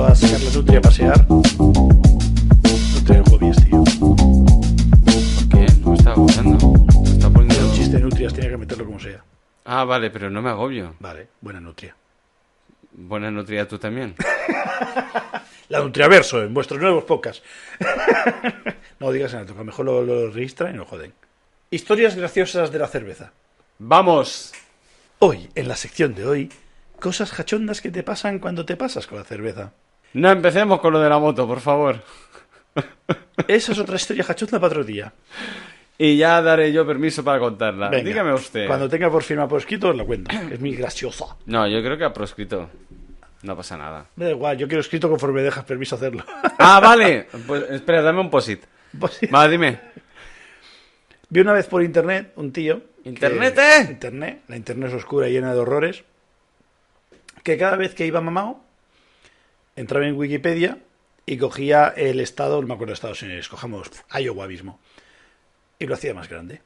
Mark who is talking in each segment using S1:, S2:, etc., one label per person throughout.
S1: vas, Carla Nutria, a pasear, no te agobies, tío.
S2: ¿Por qué? No me está agobiando. Me está
S1: Era un
S2: poniendo...
S1: chiste de Nutrias, tenía que meterlo como sea.
S2: Ah, vale, pero no me agobio.
S1: Vale, buena Nutria.
S2: Buena nutria tú también.
S1: La Nutriaverso, en vuestros nuevos podcasts. no digas en alto, que a lo mejor lo, lo registran y lo joden. Historias graciosas de la cerveza.
S2: ¡Vamos!
S1: Hoy, en la sección de hoy, cosas jachondas que te pasan cuando te pasas con la cerveza.
S2: No empecemos con lo de la moto, por favor.
S1: Esa es otra historia jachonda para otro día.
S2: Y ya daré yo permiso para contarla.
S1: Venga,
S2: Ah, Dígame usted.
S1: Cuando tenga por firma por escrito, os la cuento. que Es muy graciosa.
S2: No, yo creo que ha proscrito. No pasa nada.
S1: Me da igual, yo quiero escrito conforme dejas permiso hacerlo.
S2: ¡Ah, vale! Pues espera, dame un posit.
S1: Pues sí.
S2: Va, dime.
S1: Vi una vez por internet un tío. que-
S2: ¿Internet, eh?
S1: Internet. La internet es oscura y llena de horrores. Que cada vez que iba mamado, entraba en Wikipedia y cogía el estado, no me acuerdo de Estados Unidos, cojamos Iowa mismo. Y lo hacía más grande.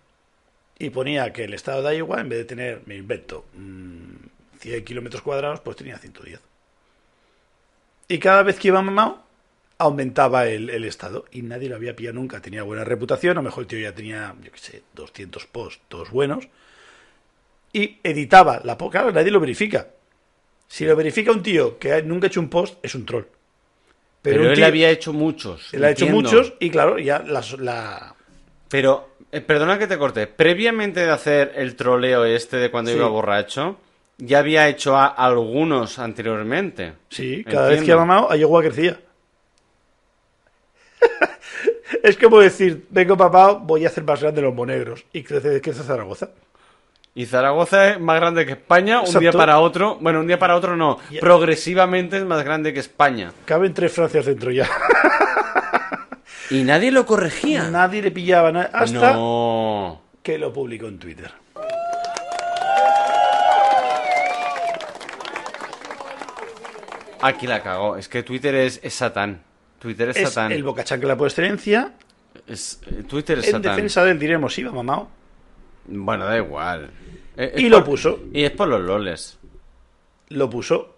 S1: Y ponía que el estado de Iowa, en vez de tener, me invento, mm, 100 kilómetros cuadrados, pues tenía 110. Y cada vez que iba mamado, aumentaba el, el estado y nadie lo había pillado nunca. Tenía buena reputación, a lo mejor el tío ya tenía, yo qué sé, 200 posts, todos buenos. Y editaba la post, claro, nadie lo verifica. Si lo verifica un tío que ha- nunca ha hecho un post, es un troll.
S2: Pero,
S1: un
S2: él
S1: tío-
S2: había hecho muchos.
S1: él ha hecho
S2: entiendo.
S1: muchos y claro, ya las- la...
S2: Pero, eh, perdona que te corte. Previamente de hacer el troleo este de cuando
S1: Sí.
S2: iba borracho, ya había hecho a algunos anteriormente.
S1: Sí, cada vez que ha
S2: Entiendo.
S1: mamado, Iowa crecía. es como decir, vengo papado, voy a hacer más grande los monegros. Y crece, crece Zaragoza.
S2: Y Zaragoza es más grande que España, un
S1: Exacto.
S2: día para otro. Bueno, un día para otro no.
S1: Ya.
S2: Progresivamente es más grande que España.
S1: Caben tres Francias dentro ya.
S2: Y nadie lo corregía.
S1: Nadie le pillaba nada hasta
S2: No.
S1: que lo publicó en Twitter.
S2: Aquí la cagó. Es que Twitter es, es Satán. Twitter es,
S1: Es
S2: Satán.
S1: el bocachancla por excelencia.
S2: Es- eh, Twitter es
S1: En
S2: Satán.
S1: defensa del diremos, iba mamado.
S2: Bueno, da igual. Eh, es
S1: Y lo
S2: por-
S1: puso.
S2: Y es por los loles.
S1: Lo puso.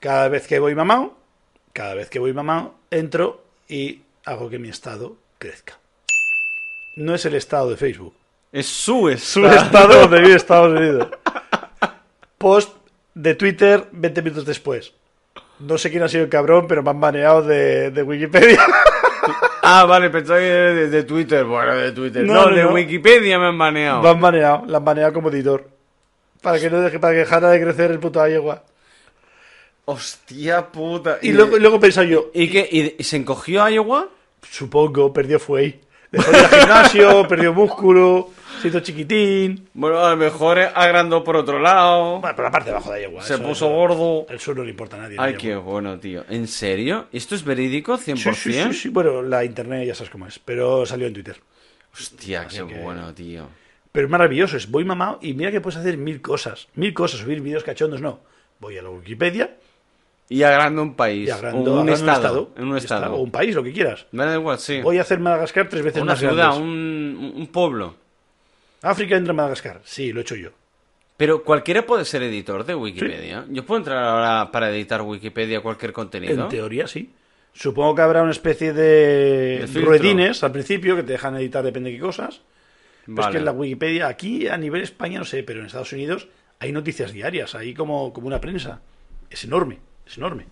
S1: Cada vez que voy mamado, cada vez que voy mamado, entro y hago que mi estado crezca. No es el estado de Facebook.
S2: Es su
S1: Su estado donde vive Estados Unidos. Post de Twitter 20 minutos después. No sé quién ha sido el cabrón, pero me han baneado de, de Wikipedia.
S2: Ah, vale, pensaba que de, de- de Twitter. Bueno, de Twitter.
S1: No,
S2: No,
S1: no,
S2: de
S1: no.
S2: Wikipedia me han baneado.
S1: Lo han baneado, la han baneado como editor. Para que no deje, para que dejara de crecer el puto Iowa.
S2: Hostia puta.
S1: Y luego, y luego he pensado yo,
S2: ¿Y qué? ¿Y de- y se encogió a Iowa?
S1: supongo, perdió fuey. Dejó de ir al gimnasio, perdió músculo, se hizo chiquitín.
S2: Bueno, a lo mejor agrandó por otro lado.
S1: Bueno, pero la parte de abajo de Iowa.
S2: se
S1: eso-
S2: puso gordo.
S1: El sur no le importa a nadie.
S2: Ay,
S1: Iowa.
S2: qué bueno, tío. ¿En serio? ¿Esto es verídico? ¿100%?
S1: Sí, sí, sí, sí. Bueno, la internet ya sabes cómo es, pero salió en Twitter.
S2: Hostia, qué
S1: que-
S2: bueno, tío.
S1: Pero es maravilloso, es voy mamado y mira que puedes hacer mil cosas. Mil cosas, subir vídeos cachondos, no. Voy a la Wikipedia
S2: Y agrando un país.
S1: y agrando,
S2: un,
S1: agrando
S2: estado, En un
S1: O
S2: estado.
S1: un país, lo que quieras.
S2: Me da igual, sí.
S1: Voy a hacer Madagascar tres veces
S2: Una
S1: más
S2: ciudad,
S1: grandes.
S2: un, un pueblo.
S1: África entra en Madagascar. Sí, lo he hecho yo.
S2: Pero cualquiera puede ser editor de Wikipedia. Yo puedo entrar ahora para editar Wikipedia cualquier contenido.
S1: En teoría, sí. Supongo que habrá una especie de,
S2: De filtro.
S1: ruedines al principio que te dejan editar depende de qué cosas. Pero es
S2: Vale.
S1: que en la Wikipedia, aquí a nivel España, no sé, pero en Estados Unidos hay noticias diarias, hay como, como una prensa. Es enorme, es enorme.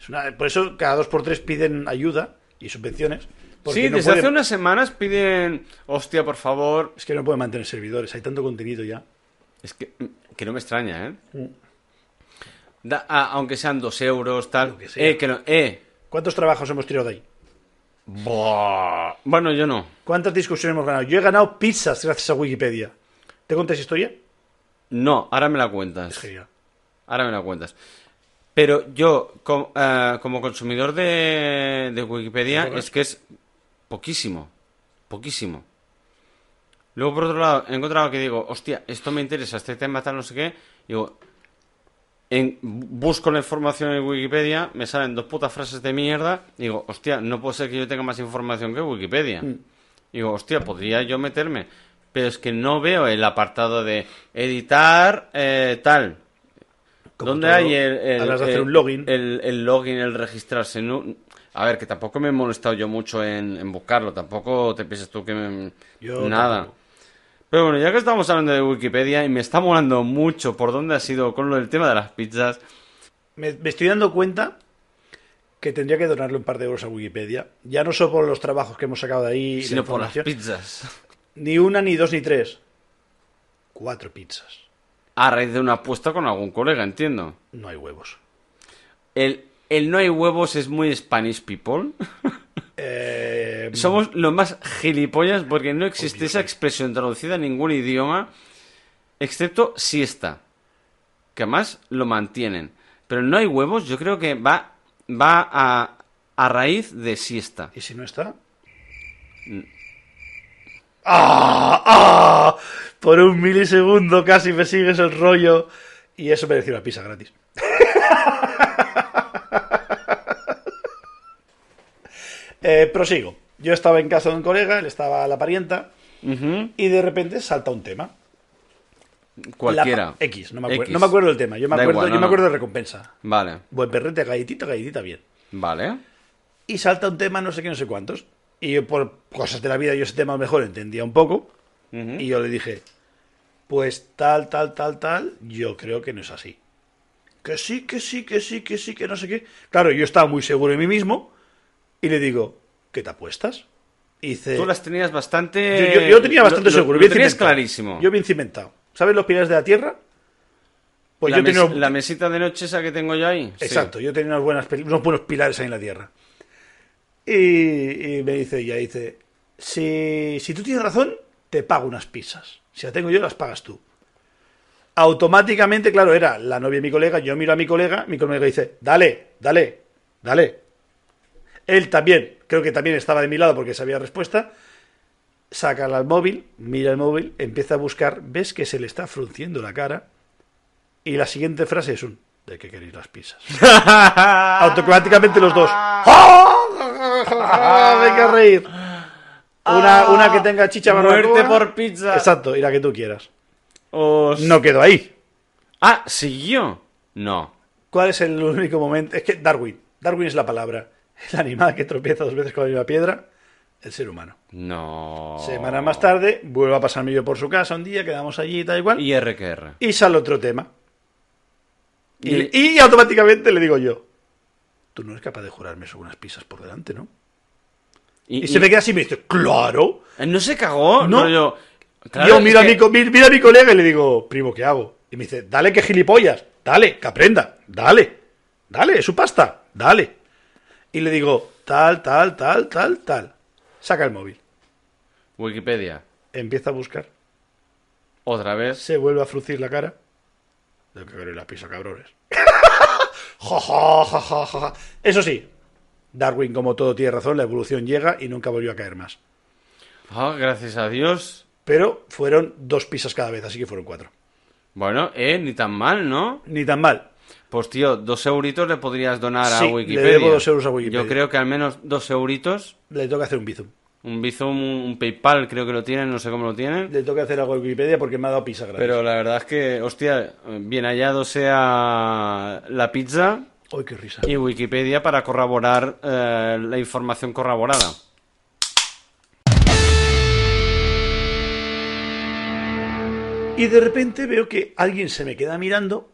S1: Es una- por eso cada dos por tres piden ayuda y subvenciones. porque
S2: Sí,
S1: no
S2: desde hace
S1: pueden-
S2: unas semanas piden. Hostia, por favor.
S1: Es que no pueden mantener servidores, hay tanto contenido ya.
S2: Es que, que no me extraña, ¿eh?
S1: Mm.
S2: Da- ah, aunque sean dos euros, tal.
S1: Lo que sea.
S2: Eh, que no. Eh.
S1: ¿Cuántos trabajos hemos tirado de ahí?
S2: Buah. Bueno, yo no.
S1: ¿Cuántas discusiones hemos ganado? Yo he ganado pizzas gracias a Wikipedia. ¿Te conté esa historia?
S2: No, ahora me la cuentas.
S1: Es genial.
S2: Ahora me la cuentas. Pero yo, com- ah, como consumidor de, de Wikipedia,
S1: Ajá.
S2: es que es poquísimo. Poquísimo. Luego, por otro lado, he encontrado que digo, hostia, esto me interesa, este tema tal, no sé qué. Digo, en, busco la información en Wikipedia, me salen dos putas frases de mierda. Digo, hostia, no puede ser que yo tenga más información que Wikipedia. Digo, hostia, podría yo meterme. Pero es que no veo el apartado de editar eh, tal.
S1: como
S2: ¿Dónde
S1: todo,
S2: hay el, el-
S1: a las de hacer
S2: el-
S1: un login?
S2: El, el login, el registrarse. No- a ver, que tampoco me he molestado yo mucho en, en buscarlo. Tampoco te pienses tú que me-
S1: Yo
S2: nada.
S1: tampoco.
S2: Pero bueno, ya que estamos hablando de Wikipedia y me está molando mucho por dónde ha sido con lo del tema de las pizzas.
S1: Me, me estoy dando cuenta que tendría que donarle un par de euros a Wikipedia. Ya no solo por los trabajos que hemos sacado de ahí, y la
S2: sino por las
S1: información.
S2: pizzas.
S1: ni una, ni dos, ni tres. Cuatro pizzas.
S2: A raíz de una apuesta con algún colega, entiendo.
S1: No hay huevos.
S2: El, el no hay huevos es muy Spanish people.
S1: Eh,
S2: Somos los más gilipollas porque no existe
S1: Obvio,
S2: esa
S1: sí.
S2: expresión traducida en ningún idioma, excepto siesta, que además lo mantienen. Pero no hay huevos, yo creo que va, va a, a raíz de siesta.
S1: ¿Y si no está?
S2: Mm.
S1: ¡Ah! ¡Ah! Por un milisegundo casi me sigues el rollo. Y eso mereció una pizza gratis. Eh, prosigo. Yo estaba en casa de un colega, él estaba la parienta,
S2: Ujú,
S1: y de repente salta un tema.
S2: Cualquiera.
S1: La- X, no me, acuerdo,
S2: X.
S1: no me acuerdo el tema. Yo me
S2: Da
S1: acuerdo,
S2: igual,
S1: yo me
S2: no, no.
S1: acuerdo de recompensa.
S2: Vale,
S1: Buen perrete, galletita, galletita, bien.
S2: vale.
S1: y salta un tema no sé qué, no sé cuántos. Y yo, por cosas de la vida, yo ese tema a lo mejor entendía un poco.
S2: Ujú.
S1: Y yo le dije, pues tal, tal, tal, tal, yo creo que no es así. Que sí, que sí, que sí, que sí, que no sé qué. Claro, yo estaba muy seguro de mí mismo y le digo, ¿qué te apuestas? Y dice,
S2: Tú las tenías bastante...
S1: yo, yo- yo tenía bastante
S2: lo- lo-
S1: seguro.
S2: lo
S1: bien
S2: tenías
S1: cimentado.
S2: clarísimo.
S1: Yo bien cimentado. ¿Sabes los pilares de la Tierra? Pues
S2: la,
S1: yo tenía
S2: mes- la mesita de noche esa que tengo yo ahí. sí.
S1: Exacto, yo tenía unas buenas, pel- unos buenos pilares ahí en la tierra. Y, y me dice ella, dice, si, si tú tienes razón, te pago unas pizzas. Si las tengo yo, las pagas tú. Automáticamente, claro, era la novia de mi colega, yo miro a mi colega, mi colega dice, dale, dale, dale. Él también, creo que también estaba de mi lado porque sabía la respuesta, saca el móvil, mira el móvil, empieza a buscar, ves que se le está frunciendo la cara y la siguiente frase es un, ¿de qué queréis las pizzas? automáticamente los dos.
S2: Ah.
S1: ¡Ah! Hay que reír. Una, una que tenga chicha
S2: Ah. Muerte
S1: barbacoa.
S2: por pizza.
S1: Exacto, y la que tú quieras.
S2: Os-
S1: No quedó ahí.
S2: Ah, siguió. No.
S1: ¿Cuál es el único momento? Es que Darwin. Darwin es la palabra. El animal que tropieza dos veces con la misma piedra. El ser humano.
S2: No.
S1: Semana más tarde, vuelvo a pasarme yo por su casa un día, quedamos allí y tal y cual. Y,
S2: Y RQR.
S1: sale otro tema. Y,
S2: Y-
S1: y automáticamente le digo yo. Tú no eres capaz de jurarme eso unas pizzas por delante, ¿no? Y,
S2: Y-
S1: se
S2: y-
S1: me queda así y me dice, claro.
S2: No se cagó.
S1: No.
S2: No. Yo,
S1: yo
S2: es
S1: miro a,
S2: que-
S1: mi, co- mi- miro a mi colega y le digo, primo, ¿qué hago? Y me dice, dale que gilipollas, dale, que aprenda, dale, dale, es su pasta, dale. Y le digo, tal, tal, tal, tal, tal. Saca el móvil,
S2: Wikipedia.
S1: empieza a buscar,
S2: Otra vez.
S1: se vuelve a fruncir la cara. Lo que queréis la pizza, cabrones. Jo, jo, jo, jo, jo, jo. Eso sí, Darwin, como todo, tiene razón, la evolución llega y nunca volvió a caer más.
S2: Ah, gracias a Dios.
S1: Pero fueron dos pizzas cada vez, así que fueron cuatro.
S2: Bueno, eh, ni tan mal, ¿no?
S1: Ni tan mal.
S2: Pues tío, dos euritos le podrías donar
S1: Sí,
S2: a
S1: le
S2: Wikipedia.
S1: debo dos euros a Wikipedia.
S2: Yo creo que al menos dos euritos.
S1: Le toca hacer un bizum.
S2: Un Bizum, un PayPal, creo que lo tienen, no sé cómo lo tienen.
S1: Le toca hacer algo de Wikipedia porque me ha dado pizza gratis.
S2: Pero la verdad es que, hostia, bien hallado sea la pizza
S1: ¡Ay, qué risa!
S2: y Wikipedia para corroborar eh, la información corroborada.
S1: Y de repente veo que alguien se me queda mirando.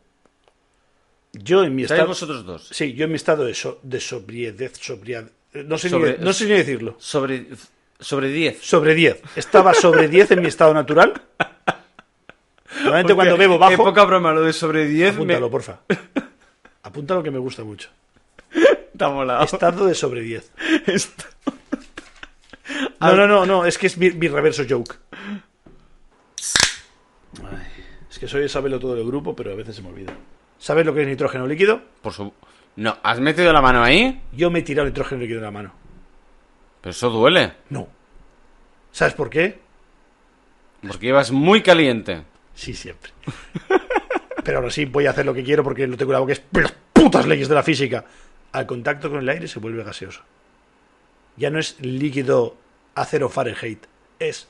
S1: Yo en mi
S2: ¿Estáis
S1: estado...
S2: vosotros dos?
S1: Sí, yo en mi estado de, so- de sobriedad, sobriedad... eh, No sé,
S2: Sobre-
S1: ni, no sé ni decirlo.
S2: Sobre, sobre 10.
S1: Sobre 10. Estaba sobre 10 en mi estado natural. Normalmente cuando bebo bajo...
S2: Es poca broma lo de sobre 10. Me...
S1: Apúntalo, porfa. Apúntalo que me gusta mucho.
S2: Está molado.
S1: Estado de sobre 10.
S2: Está-
S1: No, no, no, no, es que es mi, mi reverso joke. Ay, es que soy el sabelo todo del grupo, pero a veces se me olvida. ¿Sabes lo que es nitrógeno líquido?
S2: Por su- No, ¿has metido la mano ahí?
S1: Yo me he tirado nitrógeno líquido en la mano.
S2: Pero eso duele.
S1: No. ¿Sabes por qué?
S2: Porque ibas muy caliente.
S1: Sí, siempre. Pero ahora sí voy a hacer lo que quiero porque no tengo la boca, es por las putas leyes de la física. Al contacto con el aire se vuelve gaseoso. Ya no es líquido a cero Fahrenheit, es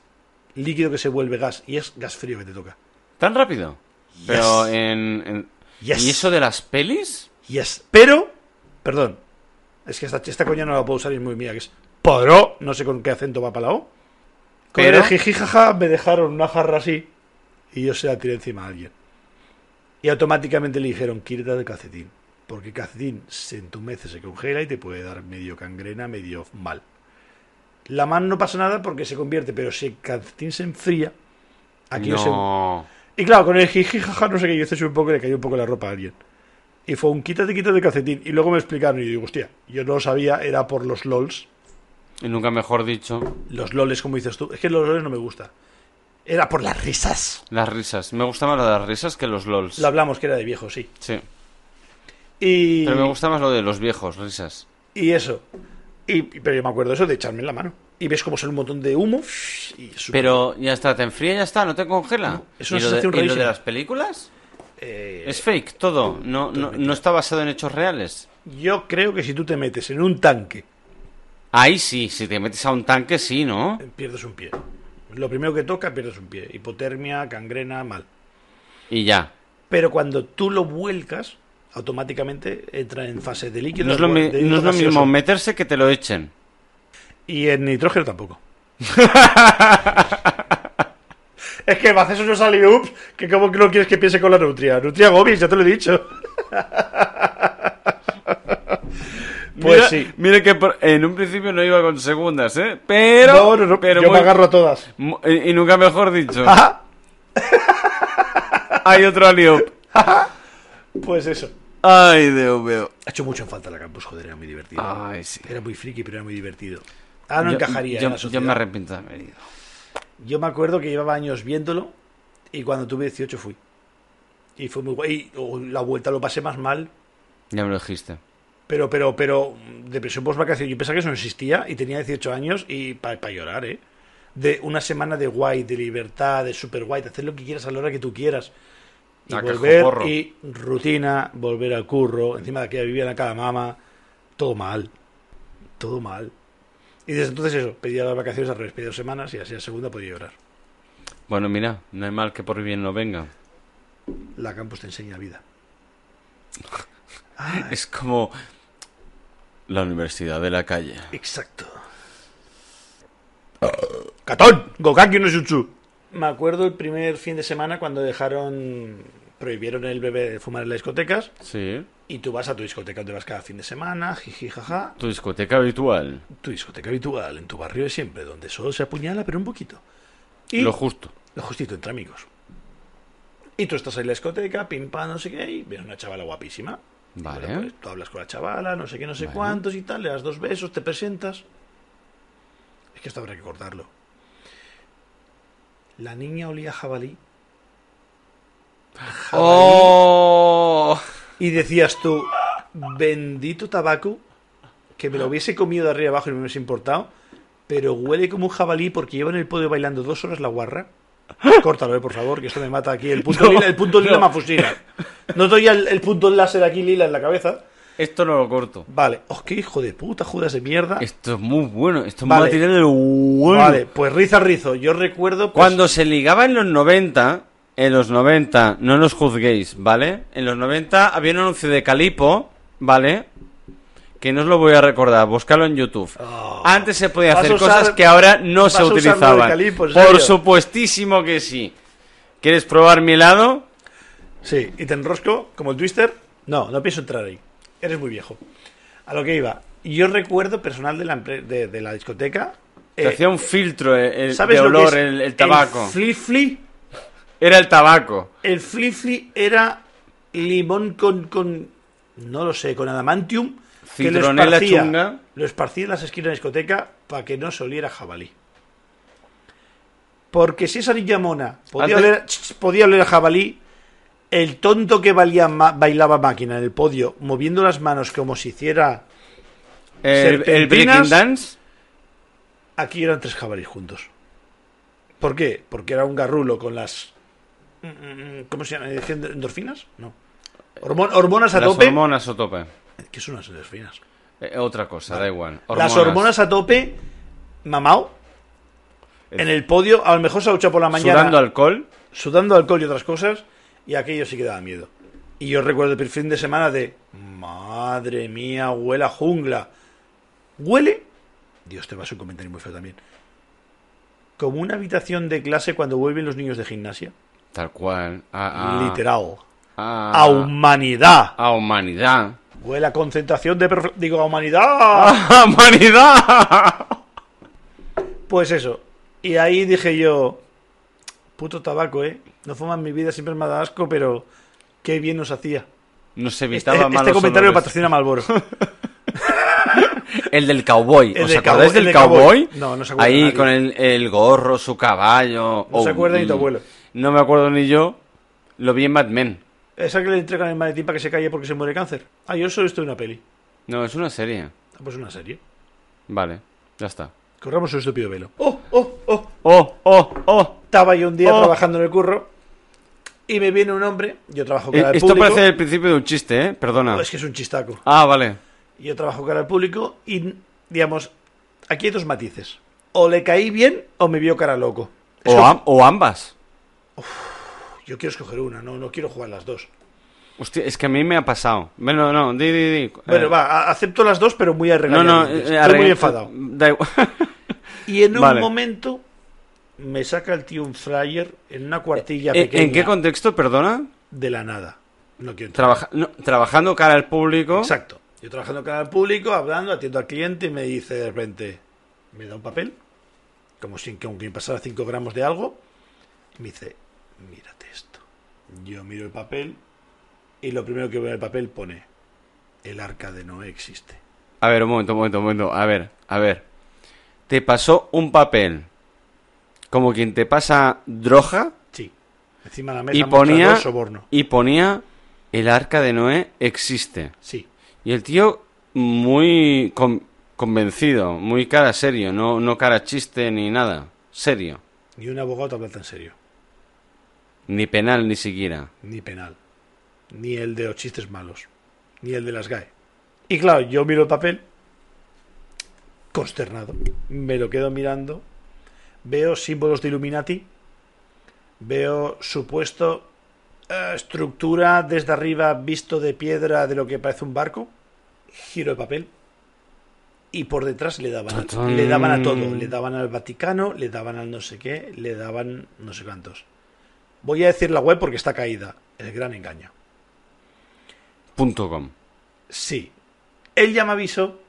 S1: líquido que se vuelve gas y es gas frío que te toca.
S2: ¿Tan rápido? Pero
S1: Yes.
S2: en, en-
S1: Yes.
S2: ¿Y eso de las pelis?
S1: Yes. Pero, perdón, es que esta, esta coña no la puedo usar y es muy mía, que es pero, no sé con qué acento va para la O. Con
S2: Pero-
S1: el jijijaja me dejaron una jarra así y yo se la tiré encima a alguien. Y automáticamente le dijeron, quítate el calcetín, porque el calcetín se entumece, se congela y te puede dar medio cangrena, medio mal. La mano no pasa nada porque se convierte, pero si el calcetín se enfría, aquí no se,
S2: no.
S1: y claro, con el jiji, jaja, no sé qué, yo hice un poco y le cayó un poco la ropa a alguien. Y fue un quítate, quítate el calcetín. Y luego me explicaron y digo, hostia, yo no lo sabía, era por los LOLs.
S2: Y nunca mejor dicho,
S1: Los LOLs, como dices tú. Es que los LOLs no me gusta. Era por las risas.
S2: las risas. Me gusta más lo de las risas que los LOLs.
S1: Lo hablamos que era de viejo, sí.
S2: Sí.
S1: Y,
S2: Pero me gusta más lo de los viejos, risas.
S1: y eso. Y, pero yo me acuerdo eso de echarme en la mano. Y ves como sale un montón de humo. Y eso.
S2: Pero ya está, te enfría, ya está, no te congela.
S1: es una
S2: ¿Y, lo de,
S1: sensación
S2: y lo de
S1: rarísima.
S2: las películas?
S1: Eh,
S2: Es fake, todo. No, no, no está basado en hechos reales.
S1: Yo creo que si tú te metes en un tanque,
S2: Ahí sí, si te metes a un tanque, sí, ¿no?
S1: eh, pierdes un pie. Lo primero que toca, pierdes un pie. Hipotermia, cangrena, mal.
S2: Y ya.
S1: Pero cuando tú lo vuelcas, automáticamente entra en fase de líquido.
S2: No es lo, mi-
S1: de
S2: no es lo
S1: gaseoso.
S2: mismo meterse que te lo echen.
S1: Y en nitrógeno tampoco. es que haces unos aliups que como que no quieres que piense con la nutria. Nutria Gobies, ya te lo he dicho. pues
S2: mira,
S1: sí.
S2: Mira que por- en un principio no iba con segundas, ¿eh? Pero.
S1: no, no, no,
S2: pero
S1: yo
S2: muy-
S1: me agarro a todas.
S2: mu- Y, y nunca mejor dicho.
S1: Ajá,
S2: Hay otro aliop.
S1: pues eso.
S2: Ay, Dios mío.
S1: Ha hecho mucho en falta la campus, joder, era muy divertido.
S2: Ay, sí.
S1: Era muy friki, pero era muy divertido. Ah, no
S2: Ah. Yo-
S1: encajaría
S2: yo,
S1: en la
S2: yo
S1: sociedad.
S2: me arrepiento de haber ido.
S1: Yo me acuerdo que llevaba años viéndolo y cuando tuve 18 fui. Y fue muy guay. Y, oh, la vuelta lo pasé más mal,
S2: Ya me lo dijiste.
S1: pero, pero, pero, mm, depresión post-vacación. Yo pensaba que eso no existía y tenía 18 años y para llorar, ¿eh? De una semana de guay, de libertad, de super guay, de hacer lo que quieras a la hora que tú quieras. Y
S2: Ah,
S1: volver
S2: cajoporro.
S1: y rutina, volver al curro, encima de que vivía en la cada mama. Todo mal. Todo mal. Y desde entonces eso, pedía las vacaciones al revés, pedía dos semanas y así la segunda podía llorar.
S2: Bueno, mira, no hay mal que por bien no venga.
S1: La campus te enseña vida.
S2: Es como la universidad de la calle.
S1: Exacto. Ah, ¡Catón! ¡Gokaki no Jutsu! Me acuerdo el primer fin de semana cuando dejaron. prohibieron el bebé de fumar en las discotecas.
S2: Sí.
S1: Y tú vas a tu discoteca donde vas cada fin de semana, jiji, jaja.
S2: Tu discoteca habitual.
S1: Tu discoteca habitual en tu barrio de siempre, donde solo se apuñala, pero un poquito. Y
S2: Lo justo.
S1: lo justito entre amigos. Y tú estás ahí en la discoteca, pim pam, no sé qué, y ves una chavala guapísima. Y
S2: Vale.
S1: bueno, pues, tú hablas con la chavala, no sé qué, no sé cuántos y tal, le das dos besos, te presentas. Es que esto habrá que cortarlo. La niña olía a jabalí
S2: ¡Oh!
S1: y decías tú, bendito tabaco, que me lo hubiese comido de arriba abajo y no me hubiese importado, pero huele como un jabalí porque lleva en el podio bailando dos horas la guarra. Córtalo, eh, por favor, que esto me mata aquí. El punto
S2: No,
S1: lila, el punto lila
S2: no.
S1: me fusila. No doy el, el punto láser aquí lila en la cabeza.
S2: Esto no lo corto.
S1: Vale. Oh, qué hijo de puta, Judas de mierda.
S2: Esto es muy bueno. Esto es
S1: Vale.
S2: material de bueno.
S1: Vale, pues riza rizo. Yo recuerdo. pues,
S2: Cuando se ligaba en los 90, en los 90, no nos juzguéis, ¿vale? En los 90 había un anuncio de Calipo, ¿vale? Que no os lo voy a recordar, buscadlo en YouTube.
S1: Oh.
S2: Antes se podía
S1: Vas
S2: hacer
S1: a usar-
S2: cosas que ahora no
S1: vas
S2: se
S1: a usar lo de
S2: utilizaban.
S1: Calipo, ¿en serio?
S2: Por supuestísimo que sí. ¿Quieres probar mi helado?
S1: Sí, y te enrosco como el twister. No, no pienso entrar ahí. Eres muy viejo. A lo que iba. Yo recuerdo personal de la, empre- de, de la discoteca.
S2: Te
S1: eh,
S2: hacía un filtro eh, el,
S1: ¿Sabes
S2: de
S1: lo que
S2: olor,
S1: es
S2: el, el tabaco.
S1: El flifli.
S2: Era el tabaco.
S1: El flifli era limón con, con. No lo sé, con adamantium. que lo
S2: Citronela
S1: esparcía-
S2: chunga.
S1: Lo esparcía en las esquinas de la discoteca para que no se oliera jabalí. Porque si esa niña mona podía,
S2: Antes-
S1: oler, ch, ch, podía oler a jabalí, el tonto que valía ma- bailaba máquina en el podio, moviendo las manos como si hiciera.
S2: El, el
S1: Serpentinas.
S2: Breaking Dance.
S1: Aquí eran tres jabalíes juntos. ¿Por qué? Porque era un garrulo con las. mm, mm, ¿Cómo se llama? ¿Dicen ¿Endorfinas? No. Hormon- hormonas a
S2: Las
S1: tope.
S2: hormonas o tope.
S1: ¿Qué son las endorfinas?
S2: Eh, otra cosa, da igual.
S1: Las hormonas a tope, mamao.
S2: Es-
S1: En el podio, a lo mejor se ha duchado por la mañana.
S2: Sudando alcohol.
S1: sudando alcohol y otras cosas, y aquello sí que daba miedo. Y yo recuerdo el fin de semana de, madre mía, huele a jungla. Huele, Dios te va a ser un comentario muy feo también, como una habitación de clase cuando vuelven los niños de gimnasia.
S2: Tal cual. A, a-
S1: Literal.
S2: A,
S1: A humanidad.
S2: a humanidad.
S1: Huele a concentración de... perf- Digo, a humanidad.
S2: ¡A humanidad!
S1: Pues eso. Y ahí dije yo, puto tabaco, ¿eh? No fuma en mi vida, siempre me ha dado asco, pero qué bien nos hacía.
S2: Nos
S1: Este,
S2: evitaba
S1: este
S2: malos
S1: comentario lo
S2: olores.
S1: patrocina Malboro.
S2: El del cowboy.
S1: El
S2: ¿Os
S1: del
S2: acordáis
S1: cowboy-
S2: del
S1: el del
S2: cowboy?
S1: cowboy. No, no se acuerda
S2: Ahí
S1: nadie.
S2: con el, el gorro, su caballo.
S1: No se acuerda ni tu
S2: mm,
S1: abuelo.
S2: No me acuerdo ni yo. Lo vi en Mad Men.
S1: Esa que le entregan el maletín para que se calle porque se muere de cáncer. Ah, yo solo estoy en una peli.
S2: No, es una serie.
S1: Ah, Pues una serie.
S2: Vale, ya está.
S1: Corramos un estúpido velo. ¡Oh, oh, oh!
S2: ¡Oh, oh, oh!
S1: Estaba yo un día
S2: Oh.
S1: trabajando en el curro y me viene un hombre. Yo trabajo
S2: Eh,
S1: cara al
S2: Esto
S1: público.
S2: parece el principio de un chiste, ¿eh? Perdona.
S1: No, es que es un chistaco.
S2: Ah, vale.
S1: Yo trabajo cara al público y, digamos, aquí hay dos matices. O le caí bien o me vio cara loco. Es
S2: O,
S1: como-
S2: am- o ambas.
S1: Yo quiero escoger una, no, no quiero jugar las dos.
S2: Hostia, es que a mí me ha pasado. Bueno, no, di, di, di.
S1: Bueno,
S2: Eh,
S1: va, a- acepto las dos, pero muy
S2: No,
S1: arreglado.
S2: no, eh,
S1: Estoy
S2: arregla-
S1: muy enfadado.
S2: Da igual.
S1: Y en un
S2: Vale.
S1: momento me saca el tío un flyer en una cuartilla
S2: Eh,
S1: pequeña
S2: ¿En qué contexto, perdona?
S1: de la nada. No quiero entrar.
S2: Trabaja- no, trabajando cara al público.
S1: Exacto. Yo trabajando con el público, hablando, atiendo al cliente y me dice de repente, me da un papel, como si que aunque me pasara 5 gramos de algo, y me dice, mírate esto. Yo miro el papel y lo primero que veo en el papel pone, el arca de Noé existe.
S2: A ver, un momento, un momento, un momento. A ver, a ver. Te pasó un papel. Como quien te pasa droga
S1: Sí. Encima de la mesa
S2: y
S1: mostrador,
S2: ponía.
S1: soborno.
S2: Y ponía. El arca de Noé existe.
S1: Sí.
S2: Y el tío muy con- convencido, muy cara serio, no, no cara chiste ni nada. Serio.
S1: Ni un abogado te habla tan serio.
S2: Ni penal ni siquiera.
S1: Ni penal. Ni el de los chistes malos. Ni el de las E. GAE. Y claro, yo miro el papel. Consternado. Me lo quedo mirando. Veo símbolos de Illuminati. Veo supuesto eh, estructura desde arriba visto de piedra de lo que parece un barco. Giro el papel. Y por detrás le daban, a-
S2: Tatán.
S1: le daban a todo. Le daban al Vaticano, le daban al no sé qué, le daban no sé cuántos. Voy a decir la web porque está caída. El gran engaño.
S2: Punto com.
S1: Sí. Él ya me avisó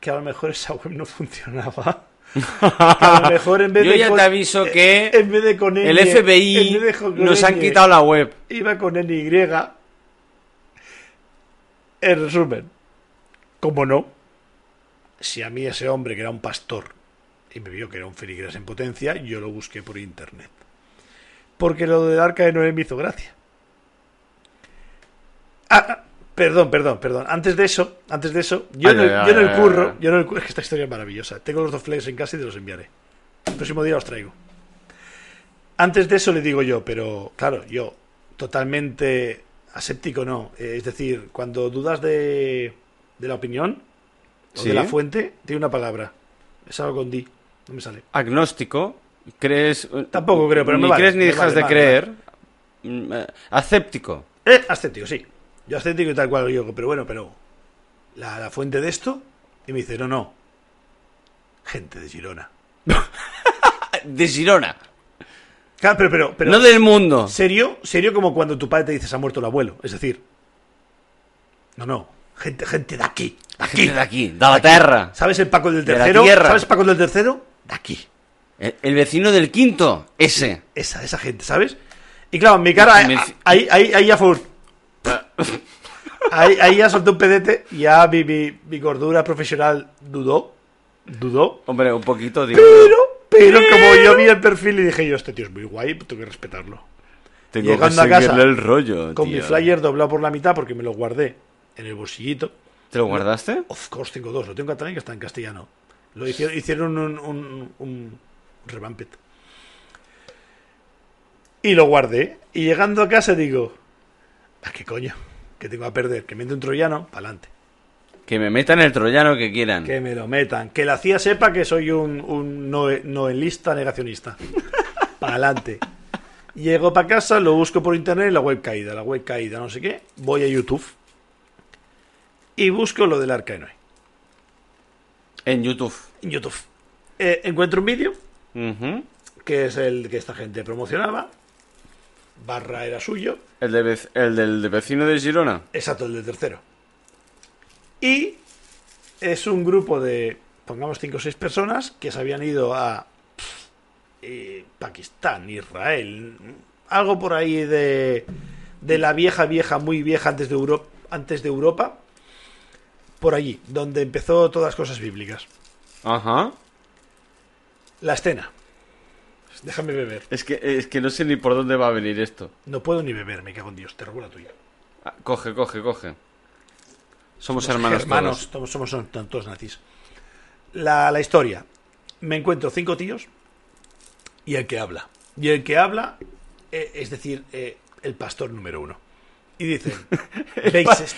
S1: que a lo mejor esa web no funcionaba. Que a lo mejor en vez
S2: Yo
S1: de
S2: ya
S1: con- eh,
S2: te aviso que
S1: en vez de con
S2: el
S1: N,
S2: FBI
S1: en vez de con
S2: nos han
S1: N,
S2: quitado la web.
S1: Iba con NY. En resumen, como no, si a mí ese hombre que era un pastor y me vio que era un feligres en potencia, yo lo busqué por internet. Porque lo del arca de Noé me hizo gracia. Ah, ah, perdón, perdón, perdón. Antes de eso, antes de eso, yo,
S2: Ay,
S1: en, el,
S2: ay,
S1: yo en
S2: ay,
S1: el
S2: ay,
S1: curro,
S2: ay.
S1: yo en el curro, es que esta historia es maravillosa. Tengo los dos flyers en casa y te los enviaré. El próximo día los traigo. Antes de eso le digo yo, pero claro, yo totalmente aséptico no. Eh, Es decir, cuando dudas de, de la opinión o
S2: Sí.
S1: de la fuente, tiene una palabra. Es algo con di, no me sale.
S2: Agnóstico, crees.
S1: Tampoco creo, pero
S2: ni
S1: me vale,
S2: crees ni
S1: me vale,
S2: dejas de
S1: vale,
S2: creer. Mm, eh, Acéptico.
S1: Eh, ascético, sí. Yo ascético y tal cual, yo, pero bueno, pero la, la fuente de esto, y me dice, no, no, gente de Girona.
S2: eh, De Girona.
S1: Claro, pero, pero, pero
S2: no del mundo.
S1: serio, serio como cuando tu padre te dice, se ha muerto el abuelo, es decir, no, no, gente, gente de aquí, de
S2: La
S1: aquí.
S2: gente de aquí, de la tierra.
S1: ¿Sabes el Paco del
S2: De la
S1: tercero?
S2: tierra.
S1: ¿Sabes Paco del tercero? De aquí.
S2: El, el vecino del quinto, ese.
S1: Esa, esa gente, ¿sabes? Y claro, en mi cara,
S2: Me-
S1: eh, ahí, ahí, ahí ya fue. un- ahí, ahí ya solté un pedete, ya mi, mi, mi cordura profesional dudó. Dudó.
S2: Hombre, un poquito, digo.
S1: Pero, pero como yo vi el perfil y dije yo, este tío es muy guay, tengo que respetarlo.
S2: Tengo
S1: llegando a
S2: que
S1: casa,
S2: seguirle el rollo.
S1: Con
S2: tío.
S1: mi flyer doblado por la mitad porque me lo guardé en el bolsillito.
S2: ¿Te lo guardaste?
S1: Of course tengo dos, lo tengo en catalán y que está en castellano. Lo hicieron, hicieron un, un, un revamped. Y lo guardé. Y llegando a casa digo, ¿a qué coño? Que tengo a perder, que me entre un troyano, pa'lante.
S2: Que me metan el troyano que quieran.
S1: Que me lo metan. Que la CIA sepa que soy un, un noe- noelista negacionista. Pa'lante. Llego para casa, lo busco por internet, la web caída, la web caída, no sé qué. Voy a YouTube y busco lo del arca de Noé.
S2: En YouTube.
S1: En YouTube. Eh, encuentro un vídeo
S2: Ujú.
S1: que es el que esta gente promocionaba. Barra era suyo.
S2: el, de vec- el del de vecino de Girona.
S1: Exacto, el del tercero. Y es un grupo de, pongamos, 5 o 6 personas que se habían ido a pf, eh, Pakistán, Israel, algo por ahí de, de la vieja, vieja, muy vieja antes de, Europa, antes de Europa, por allí, donde empezó todas las cosas bíblicas.
S2: Ajá.
S1: La escena. Déjame beber.
S2: Es que, es que no sé ni por dónde va a venir esto.
S1: No puedo ni beber, me cago en Dios, te robo la tuya.
S2: Ah, Coge, coge, coge. Somos,
S1: Los
S2: hermanos.
S1: germanos,
S2: todos.
S1: todos somos son- son todos nazis. La, la historia. Me encuentro cinco tíos y el que habla. Y el que habla, eh, es decir, eh, el pastor número uno. Y dicen, veis es,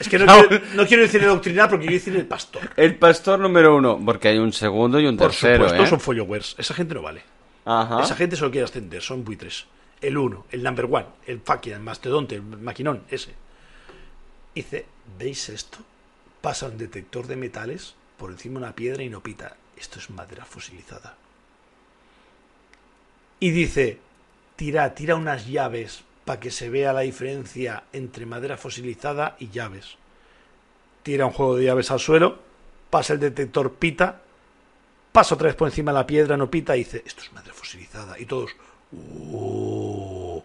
S1: es que no,
S2: No.
S1: Quiero, no quiero decir el doctrinar porque quiero decir el pastor.
S2: El pastor número uno. Porque hay un segundo y un
S1: Por
S2: tercero,
S1: supuesto,
S2: ¿eh?
S1: son followers. Esa gente no vale.
S2: Ajá.
S1: Esa gente solo quiere ascender, son buitres. El uno, el number one, el fucking, el mastodonte, el maquinón, ese. Y dice, ¿veis esto? Pasa un detector de metales por encima de una piedra y no pita. Esto es madera fosilizada. Y dice, tira, tira unas llaves para que se vea la diferencia entre madera fosilizada y llaves. Tira un juego de llaves al suelo, pasa el detector, pita, Paso otra vez por encima de la piedra, no pita, y dice, esto es madera fosilizada. Y todos, "Oh".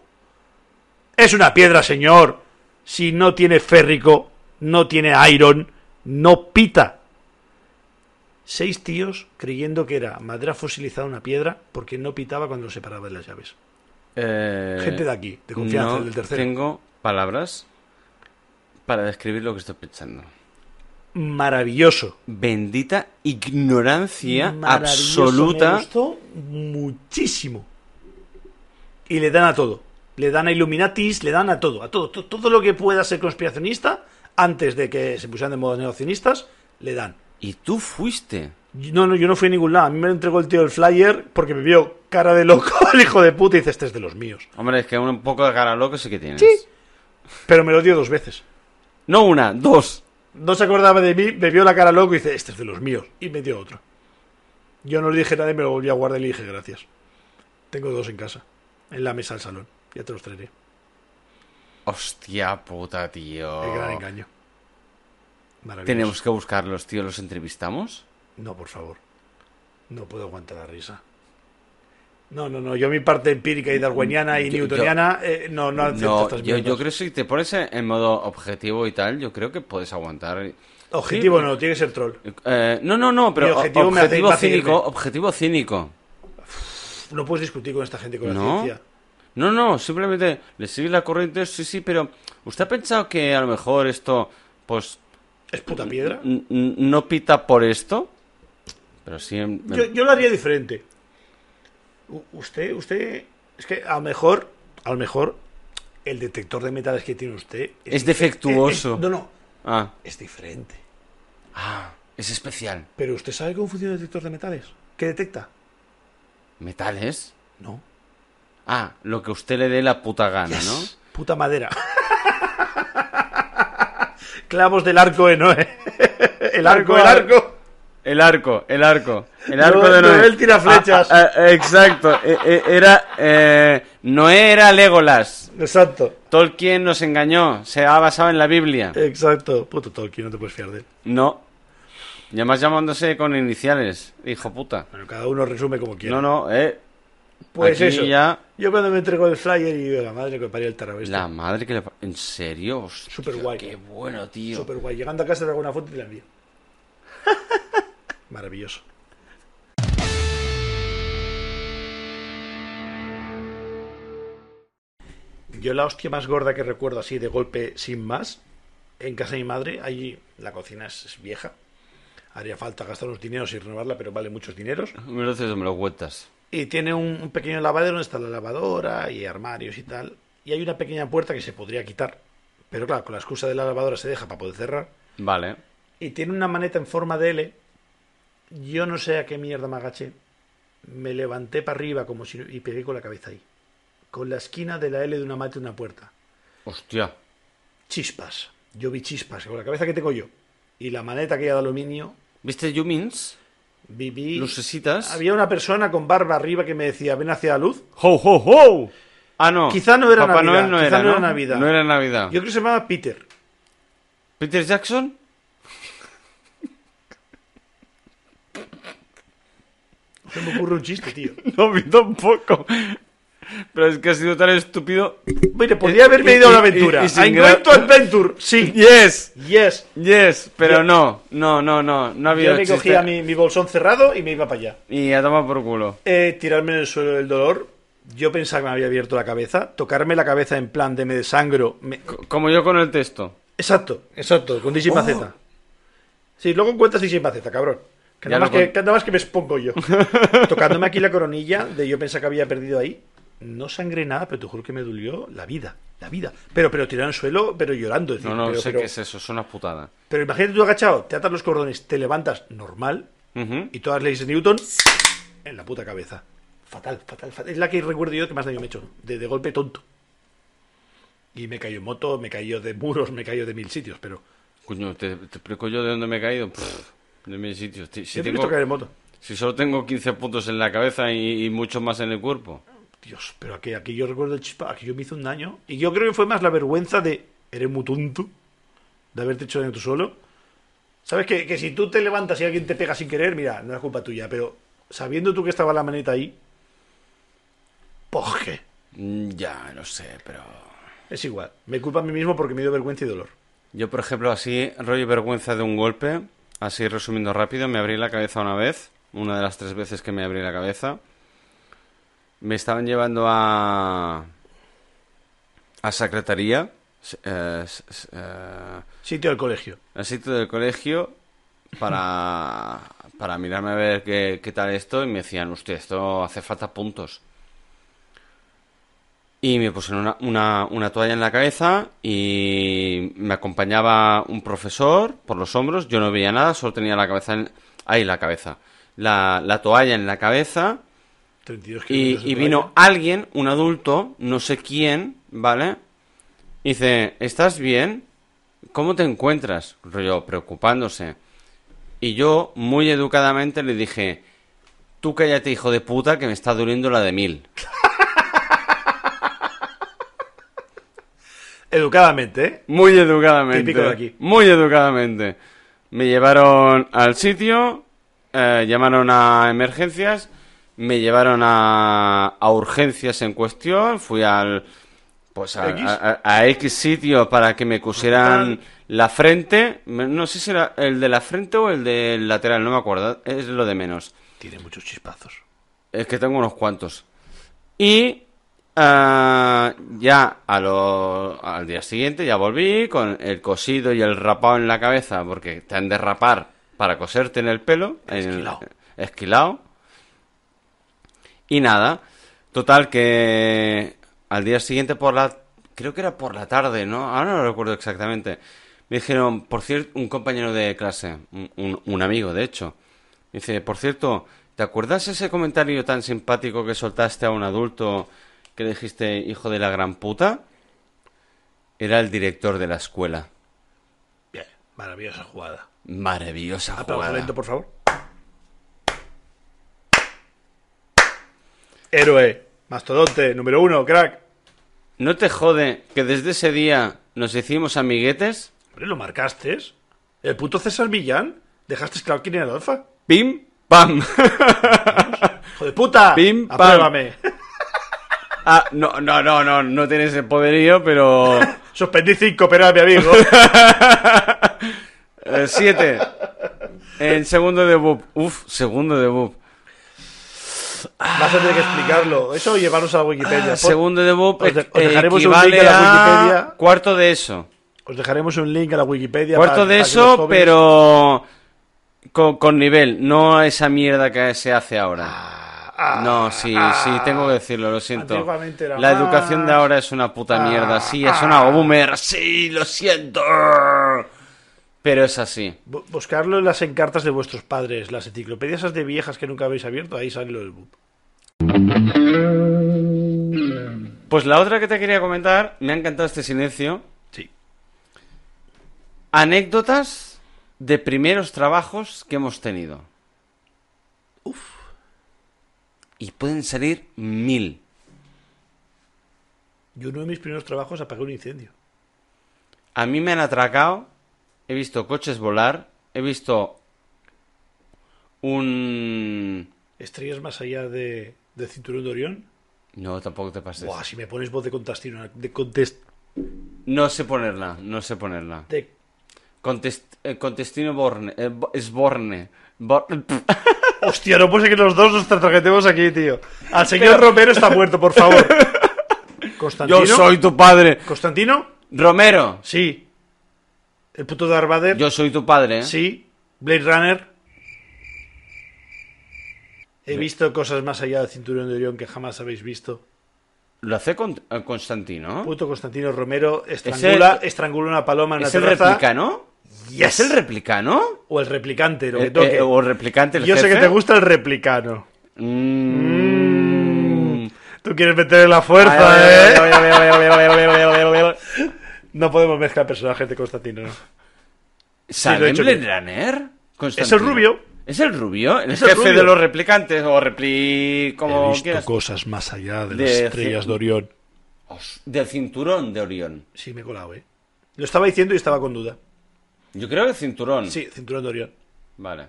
S1: Es una piedra, señor. Si no tiene férrico, no tiene iron, no pita. Seis tíos creyendo que era madera fosilizada una piedra porque no pitaba cuando lo separaba de las llaves.
S2: Eh,
S1: Gente de aquí, de confianza,
S2: no
S1: del tercero.
S2: Tengo palabras para describir lo que estoy pensando.
S1: Maravilloso.
S2: Bendita ignorancia
S1: Maravilloso, Me
S2: absoluta.
S1: gustó muchísimo. Y le dan a todo. Le dan a Illuminatis, le dan a todo. A todo. To- Todo lo que pueda ser conspiracionista, antes de que se pusieran de moda neocionistas, le dan.
S2: Y tú fuiste.
S1: No, no, yo no fui a ningún lado. A mí me lo entregó el tío el flyer porque me vio cara de loco el hijo de puta y dice, este es de los míos.
S2: Hombre, es que un poco de cara loco sí que tienes.
S1: Sí. Pero me lo dio dos veces.
S2: No una, dos.
S1: No se acordaba de mí, me vio la cara loco y dice, este es de los míos. Y me dio otro. Yo no le dije nada y me lo volví a guardar y le dije, gracias. Tengo dos en casa, en la mesa del salón. Ya te los traeré.
S2: Hostia puta, tío.
S1: El gran engaño. Maravilloso.
S2: Ah. Tenemos que buscarlos, tío. ¿Los entrevistamos?
S1: No, por favor. No puedo aguantar la risa. No, no, no. Yo mi parte empírica y darwiniana y
S2: Yo- yo-
S1: newtoniana eh, no, no acepto
S2: No,
S1: estas
S2: yo, yo
S1: mierdas.
S2: creo que si te pones en en modo objetivo y tal, yo creo que puedes aguantar.
S1: Objetivo
S2: Sí,
S1: no, tiene que ser troll.
S2: eh, no, no, no, pero
S1: Mi
S2: o- objetivo,
S1: objetivo me hace- ¿eh? va a seguirme.
S2: cínico, objetivo cínico.
S1: No puedes discutir con esta gente con la
S2: ¿No?
S1: ciencia.
S2: No, no, simplemente le sigue la corriente, sí, sí, pero ¿usted ha pensado que a lo mejor esto, pues,
S1: Es puta piedra.
S2: n- n- no pita por esto? Pero sí, em, en-
S1: Yo, yo lo haría diferente. U- usted, usted. Es que a lo mejor. A lo mejor. El detector de metales que tiene usted.
S2: Es
S1: dife-
S2: defectuoso.
S1: es- no, no.
S2: Ah,
S1: Es diferente.
S2: ah, es especial.
S1: Pero usted sabe cómo funciona el detector de metales. ¿Qué detecta?
S2: ¿Metales?
S1: No.
S2: Ah, lo que usted le dé la puta gana,
S1: Yes. Puta madera. Clavos del arco de Noé. El arco, el arco.
S2: ¿no? El arco, el arco. El arco
S1: No-
S2: de Noé.
S1: Noel tira flechas.
S2: Ah, ah, ah, exacto. Eh, eh, era. eh, Noé era Legolas.
S1: Exacto.
S2: Tolkien nos engañó. Se ha basado en la Biblia.
S1: Exacto. Puto Tolkien, no te puedes fiar de él.
S2: No. Y además llamándose con iniciales. Hijo puta.
S1: Bueno, cada uno resume como quiere.
S2: No, no, eh.
S1: Pues
S2: Aquí
S1: eso.
S2: ya.
S1: Yo cuando me entregó el flyer y digo, la madre que parió el terrorista.
S2: La madre que le. pa- ¿En serio? Hostia,
S1: Súper guay.
S2: Qué bueno, tío.
S1: Super guay. Llegando a casa de alguna foto y te la envío. Maravilloso. Yo la hostia más gorda que recuerdo así de golpe sin más, en casa de mi madre, ahí la cocina es, es vieja. Haría falta gastar unos dineros y renovarla, pero vale muchos dineros.
S2: Me lo haces, me lo cuentas.
S1: Y tiene un, un pequeño lavadero donde está la lavadora y armarios y tal. Y hay una pequeña puerta que se podría quitar. Pero claro, con la excusa de la lavadora se deja para poder cerrar.
S2: Vale.
S1: Y tiene una maneta en forma de L. Yo no sé a qué mierda me agaché. Me levanté para arriba como si y pegué con la cabeza ahí. con la esquina de la L de una mate una puerta.
S2: Hostia.
S1: Chispas. Yo vi chispas con la cabeza que tengo yo y la maleta que de aluminio.
S2: ¿Viste Jumins?
S1: Viví.
S2: Lucecitas.
S1: Había una persona con barba arriba que me decía, ven hacia la luz.
S2: ¡Ho, ho, ho! Ah, no.
S1: Quizá no era
S2: Papá
S1: Navidad,
S2: Noel no
S1: quizá
S2: era,
S1: no
S2: no
S1: era Navidad.
S2: No era Navidad.
S1: Yo creo que se llamaba Peter.
S2: ¿Peter Jackson?
S1: Se me ocurre un chiste, tío.
S2: No, vi tampoco. Pero es que ha sido tan estúpido.
S1: Mire, podía haberme
S2: y-
S1: ido a una
S2: y- y-
S1: aventura.
S2: y sin
S1: I
S2: gra-
S1: went to adventure. Sí.
S2: ¡Yes!
S1: Yes.
S2: ¡Yes! Pero
S1: Yo-
S2: no, no, no, no. No ha habido
S1: Yo me
S2: chiste.
S1: cogía mi, mi bolsón cerrado y me iba para allá.
S2: Y a tomar por culo.
S1: Eh, tirarme en el suelo del dolor. Yo pensaba que me había abierto la cabeza. Tocarme la cabeza en plan de me desangro. Me-
S2: C- Como yo con el texto.
S1: Exacto, exacto, con DJ Paceta. Sí, luego encuentras DJ Paceta, cabrón. Que
S2: Oh. Ya
S1: nada, más
S2: lo
S1: que,
S2: con-
S1: que nada más que me expongo yo. Tocándome aquí la coronilla de yo pensaba que había perdido ahí. No sangré nada, pero te juro que me dolió la vida, la vida. Pero, pero tirado en el suelo, pero llorando. es decir,
S2: No, no,
S1: pero,
S2: sé
S1: pero-
S2: qué es eso. Es una putada.
S1: pero imagínate tú agachado, te atas los cordones, te levantas normal
S2: Ujú.
S1: y todas las leyes de Newton en la puta cabeza. Fatal, fatal, fatal. Es la que recuerdo yo que más daño me he hecho. De, de golpe tonto. Y me cayó en moto, me cayó de muros, me cayó de mil sitios, pero...
S2: Coño, te, te explico yo de dónde me he caído. Pff, de mis sitios. Ti- Si,
S1: Yo te he
S2: tengo-
S1: visto caer en moto.
S2: si solo tengo 15 puntos en la cabeza y, y mucho más en el cuerpo.
S1: Dios, pero aquí, aquí yo recuerdo el chispa, aquí yo me hice un daño. Y yo creo que fue más la vergüenza de. Eres muy tonto de haberte hecho daño tú solo. Sabes que, que si tú te levantas y alguien te pega sin querer, mira, no es culpa tuya, pero sabiendo tú que estaba la maneta ahí. Poje.
S2: Mm, Ya, no sé, pero.
S1: Es igual. Me culpa a mí mismo porque me dio vergüenza y dolor.
S2: Yo, por ejemplo, así, rollo vergüenza de un golpe, así resumiendo rápido, me abrí la cabeza una vez, una de las tres veces que me abrí la cabeza. Me estaban llevando a. a secretaría, s- eh, s- s- eh,
S1: Sitio del colegio.
S2: al sitio del colegio, para. para mirarme a ver qué, qué tal esto, y me decían, usted, esto hace falta puntos. Y me pusieron una, una- una toalla en la cabeza y me acompañaba un profesor por los hombros. Yo no veía nada, solo tenía la cabeza en... Ahí la cabeza. La, la toalla en la cabeza
S1: 32
S2: y,
S1: kilómetros de
S2: y vino
S1: playa.
S2: alguien, un adulto, no sé quién, ¿vale? Y Dice, ¿estás bien? ¿Cómo te encuentras? Rollo, preocupándose. Y yo, muy educadamente, le dije, tú cállate, hijo de puta, que me está doliendo la de mil.
S1: Educadamente, ¿eh?
S2: Muy educadamente.
S1: Típico de aquí.
S2: Muy educadamente. Me llevaron al sitio, eh, llamaron a emergencias, me llevaron a, a urgencias en cuestión, fui al pues a,
S1: X.
S2: a- a- a X sitio para que me pusieran
S1: Hospital.
S2: la frente, Me- no sé si era el de la frente o el del lateral, no me acuerdo, es lo de menos.
S1: Tiene muchos chispazos.
S2: Es que tengo unos cuantos. Y ah, ya a lo- al día siguiente ya volví con el cosido y el rapado en la cabeza, porque te han de rapar para coserte en el pelo. en el-
S1: Esquilao.
S2: esquilao. Y nada, total que al día siguiente por la... Creo que era por la tarde, ¿no? Ahora no lo recuerdo exactamente. Me dijeron, por cierto, un compañero de clase, un, un- un amigo, de hecho. me Dice, por cierto, ¿te acuerdas ese comentario tan simpático que soltaste a un adulto que le dijiste, hijo de la gran puta? Era el director de la escuela.
S1: Bien, maravillosa jugada.
S2: Maravillosa
S1: Aplauso
S2: jugada.
S1: lento, por favor. Héroe, mastodonte, número uno, crack.
S2: ¿No te jode que desde ese día nos hicimos amiguetes?
S1: Hombre, lo marcaste. El puto César Millán. Dejaste claro quién era el alfa.
S2: ¡Pim! ¡Pam!
S1: ¡Hijo de puta!
S2: Pim, pam.
S1: ¡Apruébame!
S2: Ah, no, no, no, no, no tienes el poderío, pero...
S1: Suspendí cinco, pero era mi amigo.
S2: eh, siete. En segundo de Boop. Uf, segundo de Boop.
S1: Vas a tener que explicarlo. Eso llevaros a la
S2: Ah,
S1: Wikipedia. Pon-
S2: Segundo de Boop
S1: os de- os dejaremos un
S2: equivale
S1: link a la
S2: a
S1: Wikipedia.
S2: Cuarto de eso.
S1: Os dejaremos un link a la Wikipedia.
S2: Cuarto
S1: para- para que
S2: de
S1: los
S2: eso,
S1: jóvenes-
S2: pero... Con, con nivel, no esa mierda que se hace ahora.
S1: Ah, ah,
S2: No, sí,
S1: ah.
S2: sí, tengo que decirlo, lo siento.
S1: Antiguamente era
S2: La educación de
S1: más. Ah,
S2: ahora es una puta mierda. Sí, es una boomer, sí, lo siento. Pero es así.
S1: Bu- Buscarlo en las encartas de vuestros padres, las enciclopedias esas de viejas que nunca habéis abierto, ahí sale lo del boop.
S2: Pues la otra que te quería comentar, me ha encantado este silencio.
S1: Sí.
S2: Anécdotas de primeros trabajos que hemos tenido. Uf. Y pueden salir mil.
S1: Yo uno de mis primeros trabajos apagué un incendio.
S2: A mí me han atracado, he visto coches volar, he visto un...
S1: Estrellas más allá de, de Cinturón de Orión.
S2: No, tampoco te pases.
S1: Buah, si me pones voz de contestino, de contest,
S2: No sé ponerla, no sé ponerla.
S1: de-
S2: Contest- eh, contestino Borne, eh, Bo- es Borne. Bor-
S1: Hostia, no puede ser que los dos nos trajetemos aquí, tío. Al señor Romero está muerto, por favor. ¿Constantino?
S2: Yo soy tu padre.
S1: ¿Constantino?
S2: Romero,
S1: Sí. ¿El puto de Arbader?
S2: yo soy tu padre. ¿eh?
S1: Sí. ¿Blade Runner? He visto cosas más allá del cinturón de Orión que jamás habéis visto.
S2: Lo hace con, eh, Constantino.
S1: Puto Constantino Romero estrangula, estrangula una paloma en
S2: ¿Es
S1: la
S2: el
S1: terraza.
S2: replicano?
S1: Yes.
S2: ¿Es el replicano?
S1: O el replicante, lo
S2: Eh,
S1: que toque.
S2: eh, ¿O replicante el
S1: Yo sé
S2: jefe?
S1: que te gusta el replicano.
S2: Mm.
S1: Tú quieres meterle la fuerza,
S2: Ay,
S1: ¿eh?
S2: ay, ay, ay, ay, ay, ay, ay, ay, ay, ay.
S1: No podemos mezclar personajes de Constantino. ¿no? lo
S2: ¿Sale
S1: he
S2: en
S1: hecho
S2: Blade
S1: bien.
S2: Runner?
S1: Es el rubio.
S2: ¿Es el rubio? ¿El
S1: el
S2: jefe
S1: rubio.
S2: de los replicantes o repli... como
S1: He visto
S2: quieras?
S1: cosas más allá de,
S2: De
S1: las
S2: ce-
S1: estrellas de Orión.
S2: Os- Del cinturón de Orión.
S1: Sí, me he colado, ¿eh? Lo estaba diciendo y estaba con duda.
S2: Yo creo que cinturón.
S1: Sí, cinturón de Orión.
S2: Vale.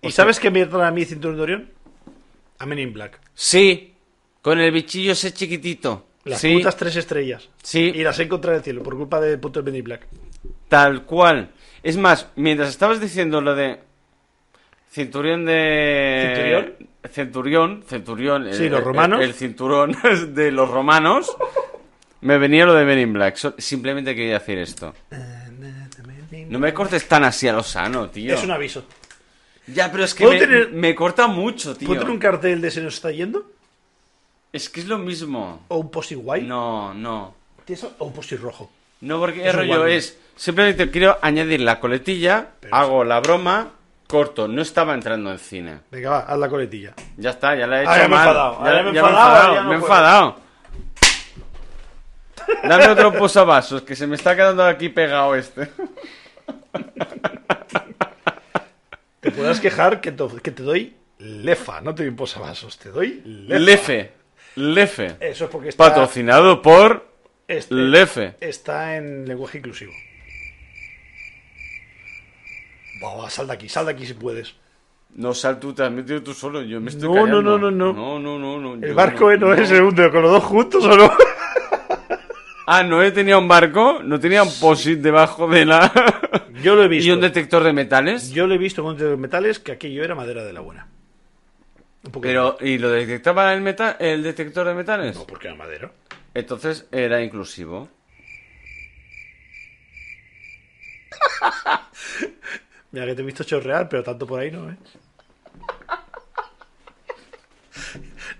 S1: ¿Y sabes qué me trae a mí cinturón de Orión? A Men in Black.
S2: Sí, con el bichillo ese chiquitito.
S1: Las
S2: sí,
S1: putas tres estrellas.
S2: Sí.
S1: Y las he encontrado en el cielo por culpa de puto Men in Black.
S2: tal cual. Es más, mientras estabas diciendo lo de cinturón de... Centurión, centurión,
S1: Sí, los romanos.
S2: El, cinturón de los romanos. Me venía lo de Men in Black. So- Simplemente quería decir esto. No me cortes tan así a lo sano, tío.
S1: Es un aviso.
S2: Ya, pero es que
S1: ¿Puedo
S2: me,
S1: tener-
S2: me corta mucho, tío.
S1: ¿Puedo tener un cartel de se nos está yendo?
S2: Es que es lo mismo.
S1: ¿O un posi guay?
S2: No, no.
S1: ¿Tienes- ¿O un posi rojo?
S2: No, porque
S1: Es
S2: el
S1: un
S2: rollo
S1: guardia.
S2: es. Simplemente quiero añadir la coletilla,
S1: Pero-
S2: hago la broma, corto. No estaba entrando en cine.
S1: Venga, va, haz la coletilla.
S2: Ya está, ya la he hecho.
S1: Ah, ya me he
S2: mal.
S1: enfadado, ahora me he
S2: ya
S1: enfadado, ahora ya no
S2: me he
S1: puedo.
S2: enfadado. Dame otro posavasos, que se me está quedando aquí pegado este.
S1: Te podrás quejar que to- que te, doy lefa, no te doy un posavasos, te doy lefa.
S2: Lefe. Lefe.
S1: Eso es porque está,
S2: Patrocinado por
S1: este-
S2: Lefe.
S1: está en lenguaje inclusivo. Va, va, sal de aquí, sal de aquí si puedes.
S2: No, Sal, tú te has metido tú solo, yo me estoy
S1: No, no,
S2: callando.
S1: no, no, no.
S2: No, no, no, no,
S1: El
S2: yo
S1: barco eh, no, es el hunde, con los dos juntos o no.
S2: Ah, Noé tenía un barco, no tenía un posit debajo de la...
S1: Yo lo he visto.
S2: ¿Y un detector de metales?
S1: Yo lo he visto con de metales que aquello era madera de la buena. Un poquito.
S2: Pero, ¿y lo detectaba el, meta- el detector de metales?
S1: No, porque era madera.
S2: Entonces era inclusivo.
S1: Mira que te he visto chorrear, pero tanto por ahí no, ¿eh?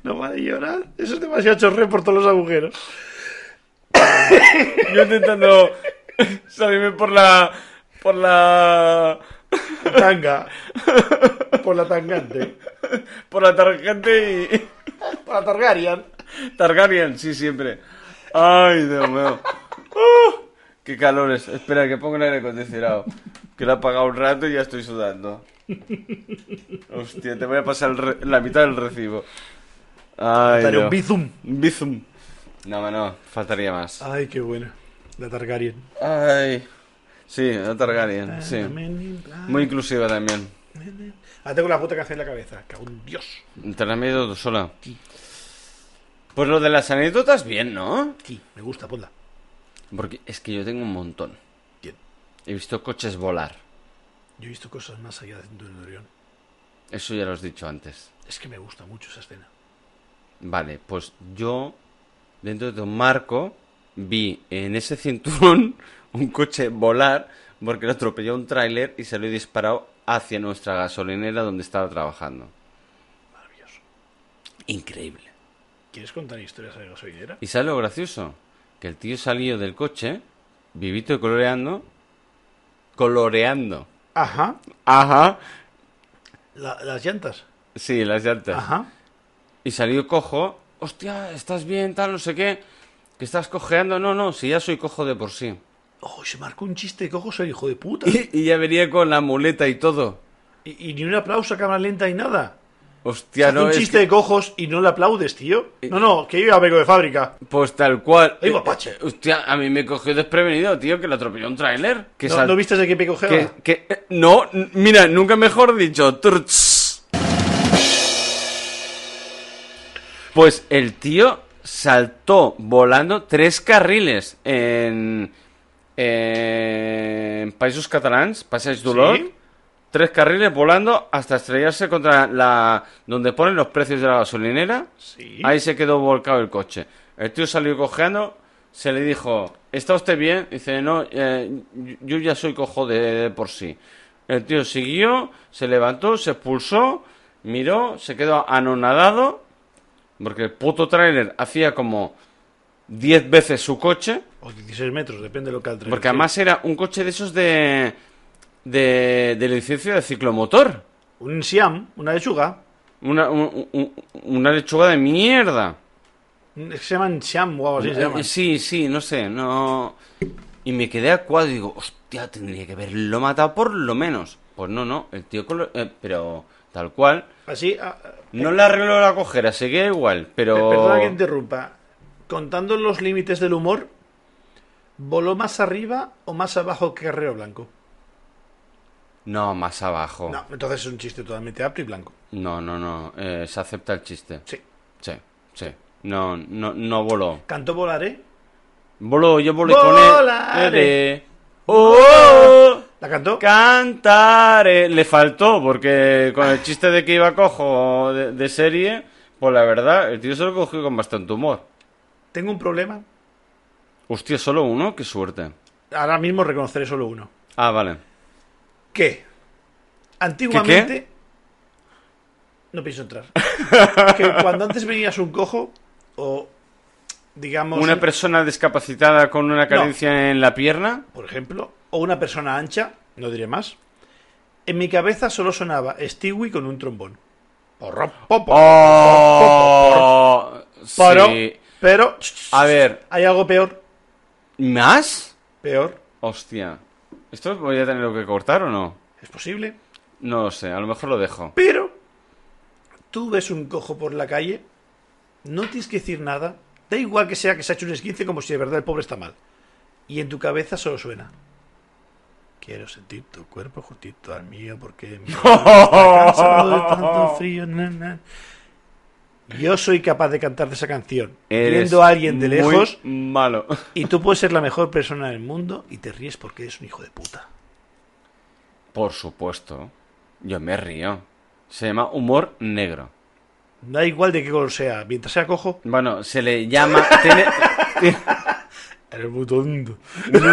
S1: No vale llorar. Eso es demasiado chorreo por todos los agujeros.
S2: Yo intentando salirme por la... Por la...
S1: Tanga. Por la tangante.
S2: Por la tarjeta y...
S1: Por la Targaryen.
S2: Targaryen, sí, siempre. Ay, Dios mío. Ah, qué calores. Espera, que pongo el aire acondicionado. Que lo he apagado un rato y ya estoy sudando. Hostia, te voy a pasar el re- la mitad del recibo. Ay,
S1: Daré un
S2: Dios.
S1: bizum.
S2: Un bizum. No, no, faltaría más.
S1: Ay, qué bueno. La Targaryen.
S2: Ay. Sí, la Targaryen, sí. Muy inclusiva también.
S1: Ah, tengo la puta canción en la cabeza. Cago en Dios.
S2: Te la has metido tú sola. Pues lo de las anécdotas, bien, ¿no?
S1: Sí, me gusta, ponla.
S2: Porque es que yo tengo un montón.
S1: Bien.
S2: He visto coches volar.
S1: Yo he visto cosas más allá de Cinturón de Orión.
S2: Eso ya lo has dicho antes.
S1: Es que me gusta mucho esa escena.
S2: Vale, pues yo, dentro de un marco, vi en ese cinturón un coche volar porque lo atropelló un tráiler y salió disparado hacia nuestra gasolinera donde estaba trabajando.
S1: Maravilloso.
S2: Increíble.
S1: ¿Quieres contar historias de gasolinera?
S2: ¿Y sabes lo gracioso? Que el tío salió del coche, vivito y coloreando, coloreando.
S1: Ajá.
S2: Ajá.
S1: las llantas. Ah.
S2: Sí, las llantas.
S1: Ajá.
S2: Y salió cojo hostia, estás bien, tal, no sé qué, que estás cojeando. No, no, si ya soy cojo de por sí.
S1: Oh, se marcó un chiste cojo, soy hijo de puta. Y,
S2: Y, y ya venía con la muleta y todo.
S1: y ni un aplauso a cámara lenta y nada.
S2: Hostia,
S1: Hace
S2: no
S1: un
S2: es
S1: chiste
S2: que-
S1: de cojos y no le aplaudes, tío. No, no, que yo ya vengo de fábrica.
S2: Pues tal cual.
S1: ¡Ay, guapache!
S2: Hostia, a mí me cogió desprevenido, tío, que lo atropelló un tráiler. Que
S1: ¿No,
S2: sal-
S1: ¿no viste de qué pico
S2: que- que- eh, No, n- mira, nunca mejor dicho. Turts. Pues el tío saltó volando tres carriles en, en Países Catalans, Passeig d'Olor.
S1: Sí.
S2: Tres carriles volando hasta estrellarse contra la... donde ponen los precios de la gasolinera.
S1: Sí.
S2: Ahí se quedó volcado el coche. El tío salió cojeando, se le dijo, ¿está usted bien? Dice, no, eh, yo ya soy cojo de, de por sí. El tío siguió, se levantó, se expulsó, miró, se quedó anonadado, porque el puto tráiler hacía como 10 veces su coche,
S1: O 16 metros, depende de lo que al tren.
S2: porque además era un coche de esos de, de, de licencia de ciclomotor.
S1: Un Siam, una lechuga.
S2: Una, un- un- una lechuga de mierda.
S1: un- es que Se llaman Siam o algo así se llaman.
S2: Eh, Sí, sí, no sé, no... Y me quedé a cuadro y digo, hostia, tendría que haberlo matado por lo menos. Pues no, no, el tío con lo- eh, pero tal cual.
S1: Así. ah, ah,
S2: No le arregló la cojera, seguía igual,
S1: per-
S2: pero...
S1: Perdona que interrumpa. Contando los límites del humor, ¿voló más arriba o más abajo que Carrero Blanco?
S2: No, más abajo.
S1: No, entonces es un chiste totalmente apto y blanco.
S2: No, no, no, eh, se acepta el chiste.
S1: Sí.
S2: Sí, sí. No, no, no voló.
S1: Cantó Volaré.
S2: Voló, yo volé con él.
S1: Volaré.
S2: Ere. ¡Oh!
S1: ¿La cantó?
S2: Cantaré. Le faltó, porque con el chiste de que iba cojo de, de serie, pues la verdad, el tío se lo cogió con bastante humor.
S1: Tengo un problema.
S2: Hostia, solo uno, qué suerte.
S1: Ahora mismo reconoceré solo uno.
S2: Ah, vale.
S1: que antiguamente no pienso entrar que cuando antes venías un cojo o digamos
S2: Una persona discapacitada con una carencia en la pierna.
S1: por ejemplo o una persona ancha no diré más en mi cabeza solo sonaba Stewie con un trombón Porro, popo,
S2: Oh, sí. Ah.
S1: pero pero
S2: A ver,
S1: hay algo peor
S2: ¿más?
S1: peor
S2: Hostia. ¿Esto voy a tener que cortar o no?
S1: es posible
S2: No lo sé, a lo mejor lo dejo.
S1: Pero tú ves un cojo por la calle, no tienes que decir nada, da igual que sea que se ha hecho un esguince como si de verdad el pobre está mal. Y en tu cabeza solo suena. Quiero sentir tu cuerpo justito al mío porque me cansado de tanto frío. na, na". Yo soy capaz de cantarte esa canción
S2: Eres
S1: viendo a alguien de
S2: muy
S1: lejos
S2: Malo.
S1: y tú puedes ser la mejor persona del mundo y te ríes porque eres un hijo de puta.
S2: Por supuesto. Yo me río. Se llama humor negro.
S1: Da igual de qué color sea, mientras sea cojo,
S2: Bueno, se le llama. tiene-
S1: eres muy tonto.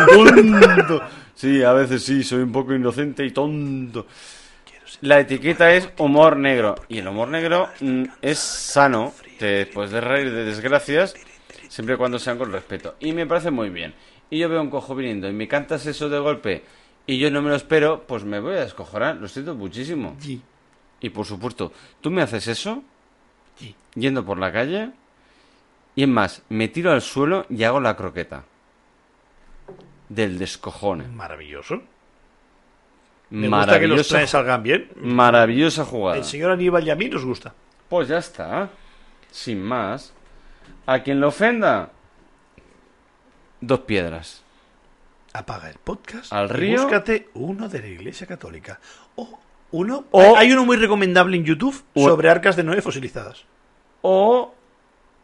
S2: tonto. Sí, a veces sí, soy un poco inocente y tonto.
S1: Quiero sentir
S2: La etiqueta es humor negro. Y el humor negro mm, es sano. Te puedes de reír de desgracias. Siempre y cuando sean con respeto. Y me parece muy bien. Y yo veo un cojo viniendo y me cantas eso de golpe. Y yo no me lo espero, pues me voy a descojonar. Lo siento muchísimo.
S1: G.
S2: Y por supuesto, tú me haces eso
S1: Sí.
S2: yendo por la calle y es más, me tiro al suelo y hago la croqueta. Del descojone.
S1: Maravilloso. Me gusta que los
S2: Maravillosa,
S1: planes salgan bien.
S2: ju- maravillosa jugada.
S1: El señor Aníbal y a mí nos gusta.
S2: Pues ya está. Sin más. A quien le ofenda. Dos piedras.
S1: Apaga el podcast.
S2: Al
S1: y
S2: río.
S1: Búscate uno de la Iglesia Católica. O uno.
S2: O-
S1: Hay uno muy recomendable en YouTube
S2: O-
S1: sobre arcas de Noé fosilizadas.
S2: O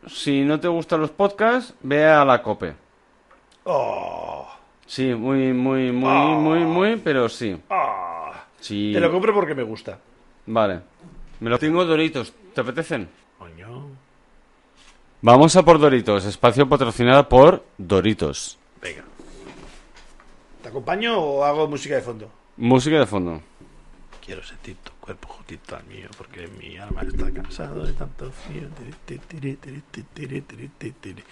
S2: si no te gustan los podcasts, ve a la cope.
S1: Oh,
S2: Sí, muy, muy, muy,
S1: Ah.
S2: muy, muy, pero sí.
S1: oh.
S2: Sí.
S1: Te lo compro porque me gusta.
S2: Vale. Me lo tengo Doritos. ¿Te apetecen?
S1: Coño.
S2: Vamos a por Doritos. Espacio patrocinado por Doritos.
S1: Venga. ¿Te acompaño o hago música de fondo?
S2: Música de fondo.
S1: Quiero sentir tu cuerpo justito al mío porque mi alma está cansado de tanto frío. Tiri, tiri, tiri, tiri, tiri, tiri, tiri, tiri.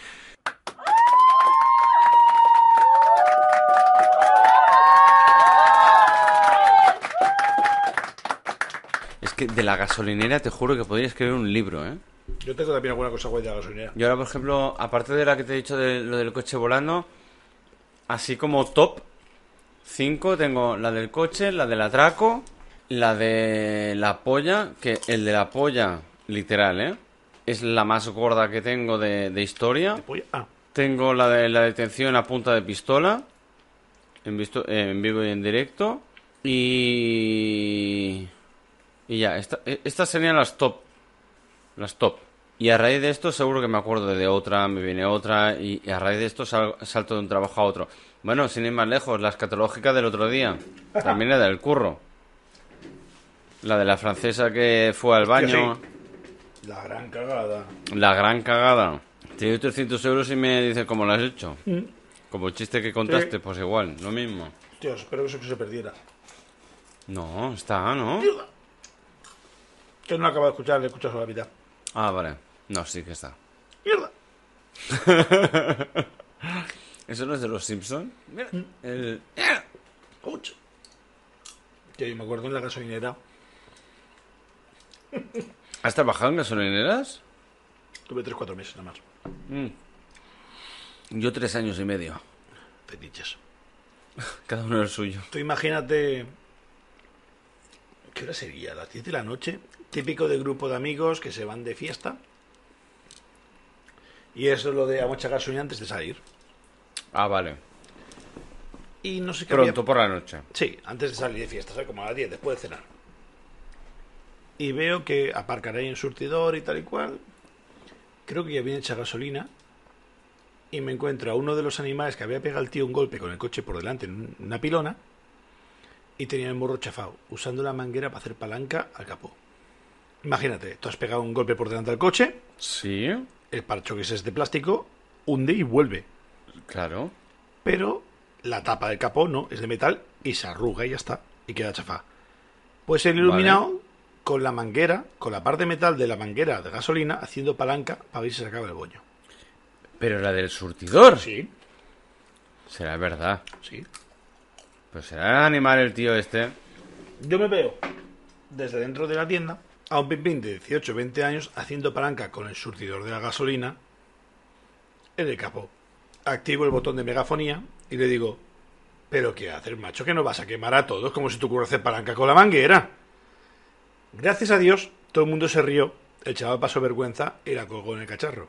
S2: Es que de la gasolinera te juro que podría escribir un libro, ¿eh?
S1: Yo tengo también alguna cosa guay de la gasolinera.
S2: Yo ahora, por ejemplo, aparte de la que te he dicho de lo del coche volando, así como top 5 tengo la del coche, la del atraco, la de la polla, que el de la polla, literal, ¿eh? Es la más gorda que tengo de, de historia.
S1: Voy- Ah,
S2: Tengo la de la detención a punta de pistola, en, visto- eh, en vivo y en directo. Y... Y ya, esta- e- estas serían las top. Las top. Y a raíz de esto seguro que me acuerdo de otra, me viene otra, y, y a raíz de esto sal- salto de un trabajo a otro. Bueno, sin ir más lejos, la escatológica del otro día. También la del curro. La de la francesa que fue al
S1: Hostia,
S2: baño.
S1: la gran cagada.
S2: La gran cagada. Te doy 300 euros y me dices cómo lo has hecho. Como el chiste que contaste,
S1: Mm. Sí.
S2: pues igual, lo mismo.
S1: Tío, espero que eso se perdiera.
S2: No, está, ¿no?
S1: Que no lo acaba de escuchar, le escuchas a la mitad.
S2: Ah, vale. No, sí que está.
S1: ¡Mierda!
S2: ¿Eso no es de los Simpson? Mira,
S1: Mm.
S2: el...
S1: ¡Ouch! Tío, yo me acuerdo en la gasolinera.
S2: ¿Has trabajado en gasolineras? Mm.
S1: Tuve 3-4 meses nada más.
S2: Yo tres años y medio.
S1: Fetiches.
S2: Cada uno el suyo.
S1: Tú imagínate. ¿Qué hora sería? ¿Las 10 de la noche? Típico de grupo de amigos que se van de fiesta. Y eso es lo de vamos a echar gasolina antes de salir.
S2: Ah, vale.
S1: Y no sé qué había-
S2: Pronto por la noche.
S1: Sí, antes de salir de fiesta, ¿sabes? Como a las 10, después de cenar. Y veo que aparcaré en surtidor y tal y cual. Creo que ya viene hecha gasolina. Y me encuentro a uno de los animales que había pegado al tío un golpe con el coche por delante en un- una pilona. Y tenía el morro chafado, usando la manguera para hacer palanca al capó. Imagínate, tú has pegado un golpe por delante al coche,
S2: Sí,
S1: el parchoques es de plástico, hunde y vuelve.
S2: claro.
S1: pero la tapa del capó no, es de metal y se arruga y ya está, y queda chafa. Pues el iluminado con la manguera, con la parte de metal de la manguera de gasolina, haciendo palanca para ver si se acaba el boño.
S2: Pero la del surtidor.
S1: Sí,
S2: Será verdad.
S1: sí.
S2: Pues será animal el tío este.
S1: Yo me veo desde dentro de la tienda a un pimpín de 18 20 años haciendo palanca con el surtidor de la gasolina en el capó. Activo el botón de megafonía y le digo, pero ¿qué haces, macho? Que nos vas a quemar a todos como si tú ocurre hacer palanca con la manguera. Gracias a Dios, todo el mundo se rió, el chaval pasó vergüenza y la colgó en el cacharro.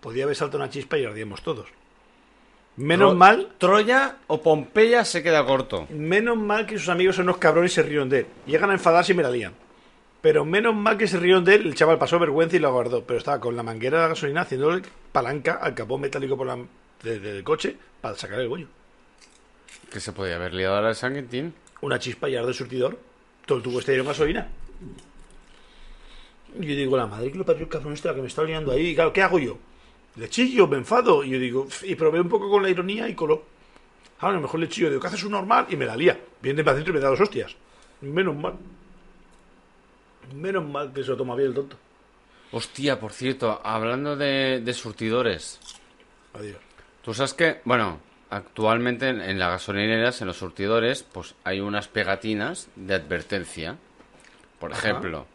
S1: Podía haber saltado una chispa y ardíamos todos. Menos
S2: Tro-
S1: mal
S2: Troya o Pompeya se queda corto.
S1: Menos mal que sus amigos son unos cabrones y se rieron de él. Llegan a enfadarse y me la lían. Pero menos mal que se rieron de él, el chaval pasó vergüenza y lo guardó. Pero estaba con la manguera de la gasolina haciéndole palanca al capó metálico por la, de- de- del coche para sacar el bollo.
S2: Que se podía haber liado a la de San Quintín.
S1: Una chispa y arde el surtidor. Todo el tubo este en gasolina. Y yo digo, la madre que lo parió el cabrón este, la que me está liando ahí. Y claro, ¿qué hago yo? Le chillo, me enfado. Y yo digo, "Pf", y probé un poco con la ironía y coló. Ah, A lo mejor le chillo, digo, ¿qué haces un normal? Y me la lía. Viene para adentro y me da dos hostias. Menos mal. Menos mal que se lo toma bien el tonto.
S2: Hostia, por cierto, hablando de, de surtidores.
S1: Adiós.
S2: Tú sabes que, bueno, actualmente en, en las gasolineras, en los surtidores, pues hay unas pegatinas de advertencia. Por ejemplo,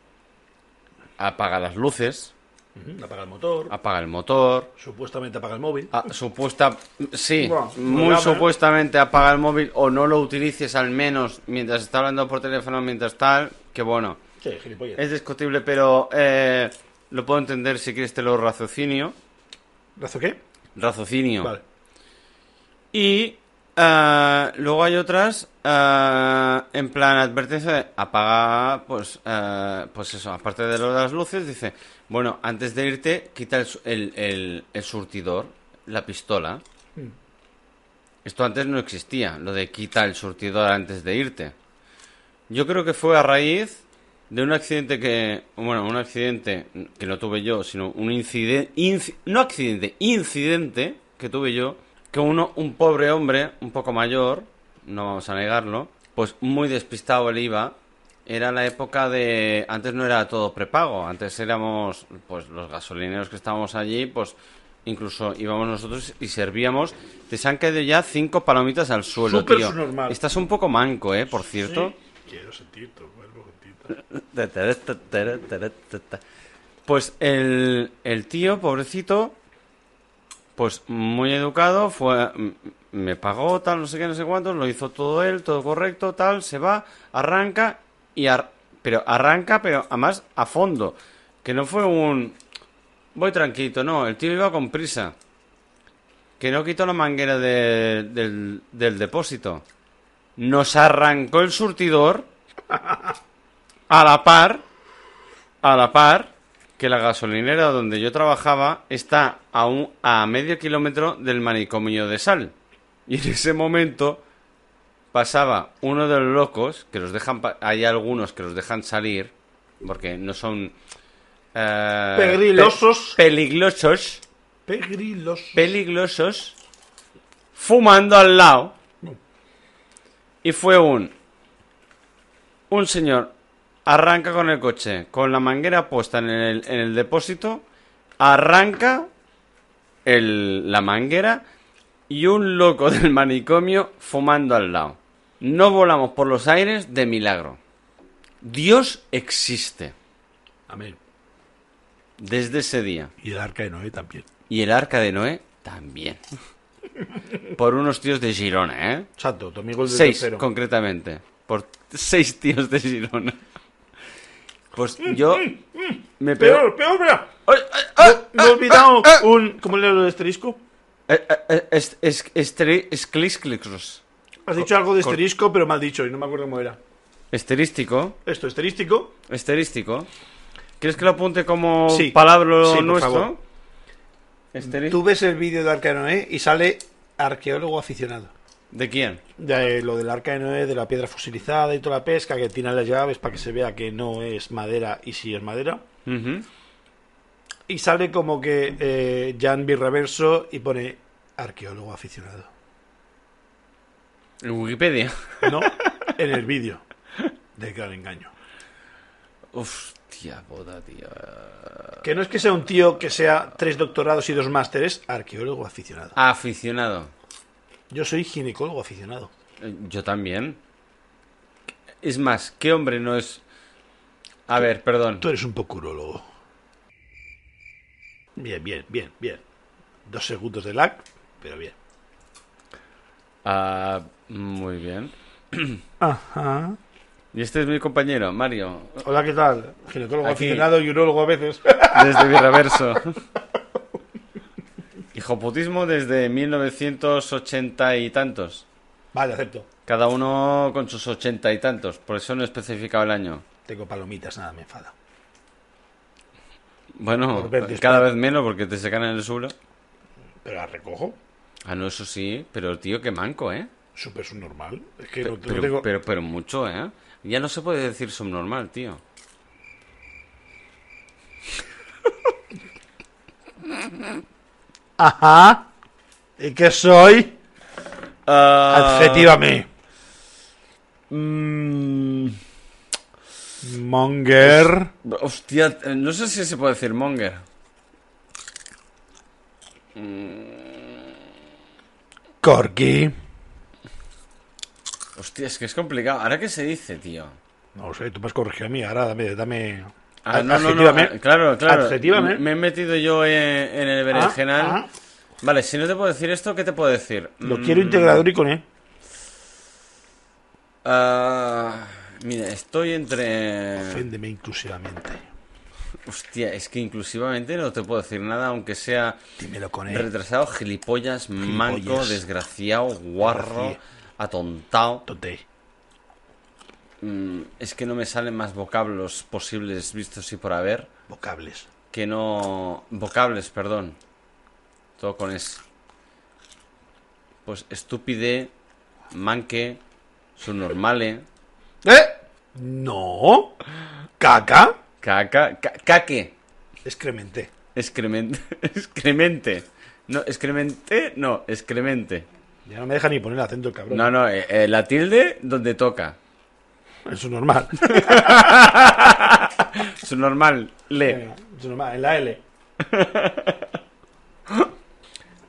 S2: apaga las luces,
S1: Ujú, Apaga el motor.
S2: apaga el motor,
S1: Supuestamente apaga el móvil.
S2: Ah, supuesta, sí,
S1: Buah,
S2: muy
S1: programa, ¿eh?
S2: supuestamente apaga el móvil o no lo utilices al menos mientras está hablando por teléfono, mientras tal, que bueno,
S1: Sí, gilipollas.
S2: es discutible, pero eh, lo puedo entender si quieres te lo raciocinio,
S1: ¿Razo qué?
S2: raciocinio.
S1: Vale.
S2: Y ah, luego hay otras ah, en plan advertencia de apaga, pues, ah, pues eso, aparte de lo de las luces, dice, bueno, antes de irte, quita el, su- el- el- el surtidor, la pistola. Esto antes no existía, lo de quita el surtidor antes de irte. Yo creo que fue a raíz de un accidente que, bueno, un accidente que no tuve yo, sino un incidente, no accidente, incidente que tuve yo, que uno, un pobre hombre, un poco mayor, no vamos a negarlo, pues muy despistado él iba. Era la época de, antes no era todo prepago, antes éramos, pues los gasolineros que estábamos allí, pues incluso íbamos nosotros y servíamos. Te se han caído ya cinco palomitas al suelo,
S1: Súper
S2: tío.
S1: subnormal.
S2: Estás un poco manco, eh, por cierto.
S1: Sí, Quiero sentir tu cuerpo, gotita.
S2: Ta, ta, ta, ta, ta, ta, ta, ta. Pues el, el tío, pobrecito, pues muy educado, fue, m- me pagó, tal, no sé qué, no sé cuántos, lo hizo todo él, todo correcto, tal, se va, arranca, y ar- pero arranca, pero además a fondo. Que no fue un. Voy tranquilo, no, el tío iba con prisa. Que no quitó la manguera de- del, del depósito. Nos arrancó el surtidor a la par, a la par, que la gasolinera donde yo trabajaba está a, un, a medio kilómetro del manicomio de sal. Y en ese momento pasaba uno de los locos, que los dejan, pa- hay algunos que los dejan salir, porque no son... eh,
S1: Pegrilosos.
S2: pe- peligrosos
S1: Pegrilos.
S2: peligrosos fumando al lado. Y fue un. Un señor arranca con el coche, con la manguera puesta en el, en el depósito, arranca el- la manguera y un loco del manicomio fumando al lado. No volamos por los aires de milagro. Dios existe
S1: Amén.
S2: desde ese día.
S1: Y el arca de Noé también.
S2: Y el arca de Noé también. Por unos tíos de Girona, ¿eh?
S1: Exacto, tu amigo el del
S2: Seis,
S1: tercero.
S2: concretamente. Por seis tíos de Girona. Pues yo me pego...
S1: Mm, Peor, peor, mira.
S2: ¡Ay, ay, ay!
S1: Me he olvidado un. ¿Cómo leo lo de asterisco?
S2: Eh, eh, eh, es- es- estere- esclisclicros.
S1: Has dicho algo de
S2: cor-
S1: asterisco, pero mal dicho, y no me acuerdo cómo era.
S2: Esterístico.
S1: Esto, asterístico.
S2: Esterístico. ¿Quieres que lo apunte como
S1: Sí.
S2: palabra
S1: Sí, por favor.
S2: nuestro? Esteri-
S1: Tú ves el vídeo de Arca de Noé y sale arqueólogo aficionado.
S2: ¿De quién?
S1: De lo del Arca de Noé, de la piedra fosilizada y toda la pesca, que tiran las llaves para que se vea que no es madera y sí es madera.
S2: Ujú.
S1: Y sale como que eh, Jan Birreverso y pone arqueólogo aficionado.
S2: En Wikipedia.
S1: No, en el vídeo. De gran engaño.
S2: Hostia, boda, tío.
S1: Que no es que sea un tío que sea tres doctorados y dos másteres, arqueólogo aficionado.
S2: Aficionado.
S1: Yo soy ginecólogo aficionado.
S2: Eh, Yo también. Es más, ¿qué hombre no es...? A ver, perdón.
S1: Tú eres un poco urólogo. Bien, bien, bien, bien. Dos segundos de lag, pero bien.
S2: Ah, muy bien.
S1: Ajá.
S2: Y este es mi compañero, Mario,
S1: Hola, ¿qué tal? Ginecólogo
S2: Aquí.
S1: aficionado y urólogo a veces.
S2: desde Virreverso. Hijoputismo desde 1980 y tantos.
S1: Vale, acepto.
S2: Cada uno con sus ochenta y tantos, por eso no he especificado el año.
S1: Tengo palomitas, nada me enfada.
S2: Bueno,
S1: Por verte,
S2: cada
S1: espera.
S2: vez menos porque te secan en el suelo.
S1: Pero las recojo.
S2: Ah, no, eso sí, pero tío, qué manco, ¿eh?
S1: Súper subnormal. Es que no, no
S2: Pero,
S1: tengo...
S2: pero, pero mucho, ¿eh? Ya no se puede decir subnormal, tío.
S1: Ajá. ¿Y qué soy?
S2: Ah,
S1: Adjetívame. Mm. Monger.
S2: Hostia, eh, no sé si se puede decir monger.
S1: Corky.
S2: Hostia, es que es complicado. ¿Ahora qué se dice, tío?
S1: No sé, tú me has corregido a mí. Ahora dame... dame...
S2: Ah, no, no, no,
S1: Adjetívame.
S2: ah, Claro, claro.
S1: Adjetívame.
S2: Me he metido yo eh, en el berenjenal.
S1: ah.
S2: Vale, si no te puedo decir esto, ¿qué te puedo decir?
S1: Lo
S2: Mm,
S1: quiero integrador y con E.
S2: ah, mira, estoy entre...
S1: Oféndeme inclusivamente.
S2: Hostia, es que inclusivamente no te puedo decir nada, aunque sea...
S1: Dímelo con E.
S2: Retrasado, gilipollas, manco, desgraciado, guarro,
S1: Desgracia.
S2: atontado.
S1: Tonte.
S2: Mm, Es que no me salen más vocablos posibles vistos y por haber
S1: Vocables.
S2: que no. Vocables, perdón. Todo con es. Pues estúpide, manque, subnormale,
S1: ¿Eh? No. Caca.
S2: caca, ca- caque,
S1: Excrementé.
S2: excremente, excremente. No, excremente, no, excremente.
S1: Ya no me deja ni poner el acento el cabrón.
S2: No, no, eh, eh, la tilde donde toca.
S1: Eso es normal.
S2: Subnormal, le.
S1: Venga, Eso es normal. En la L.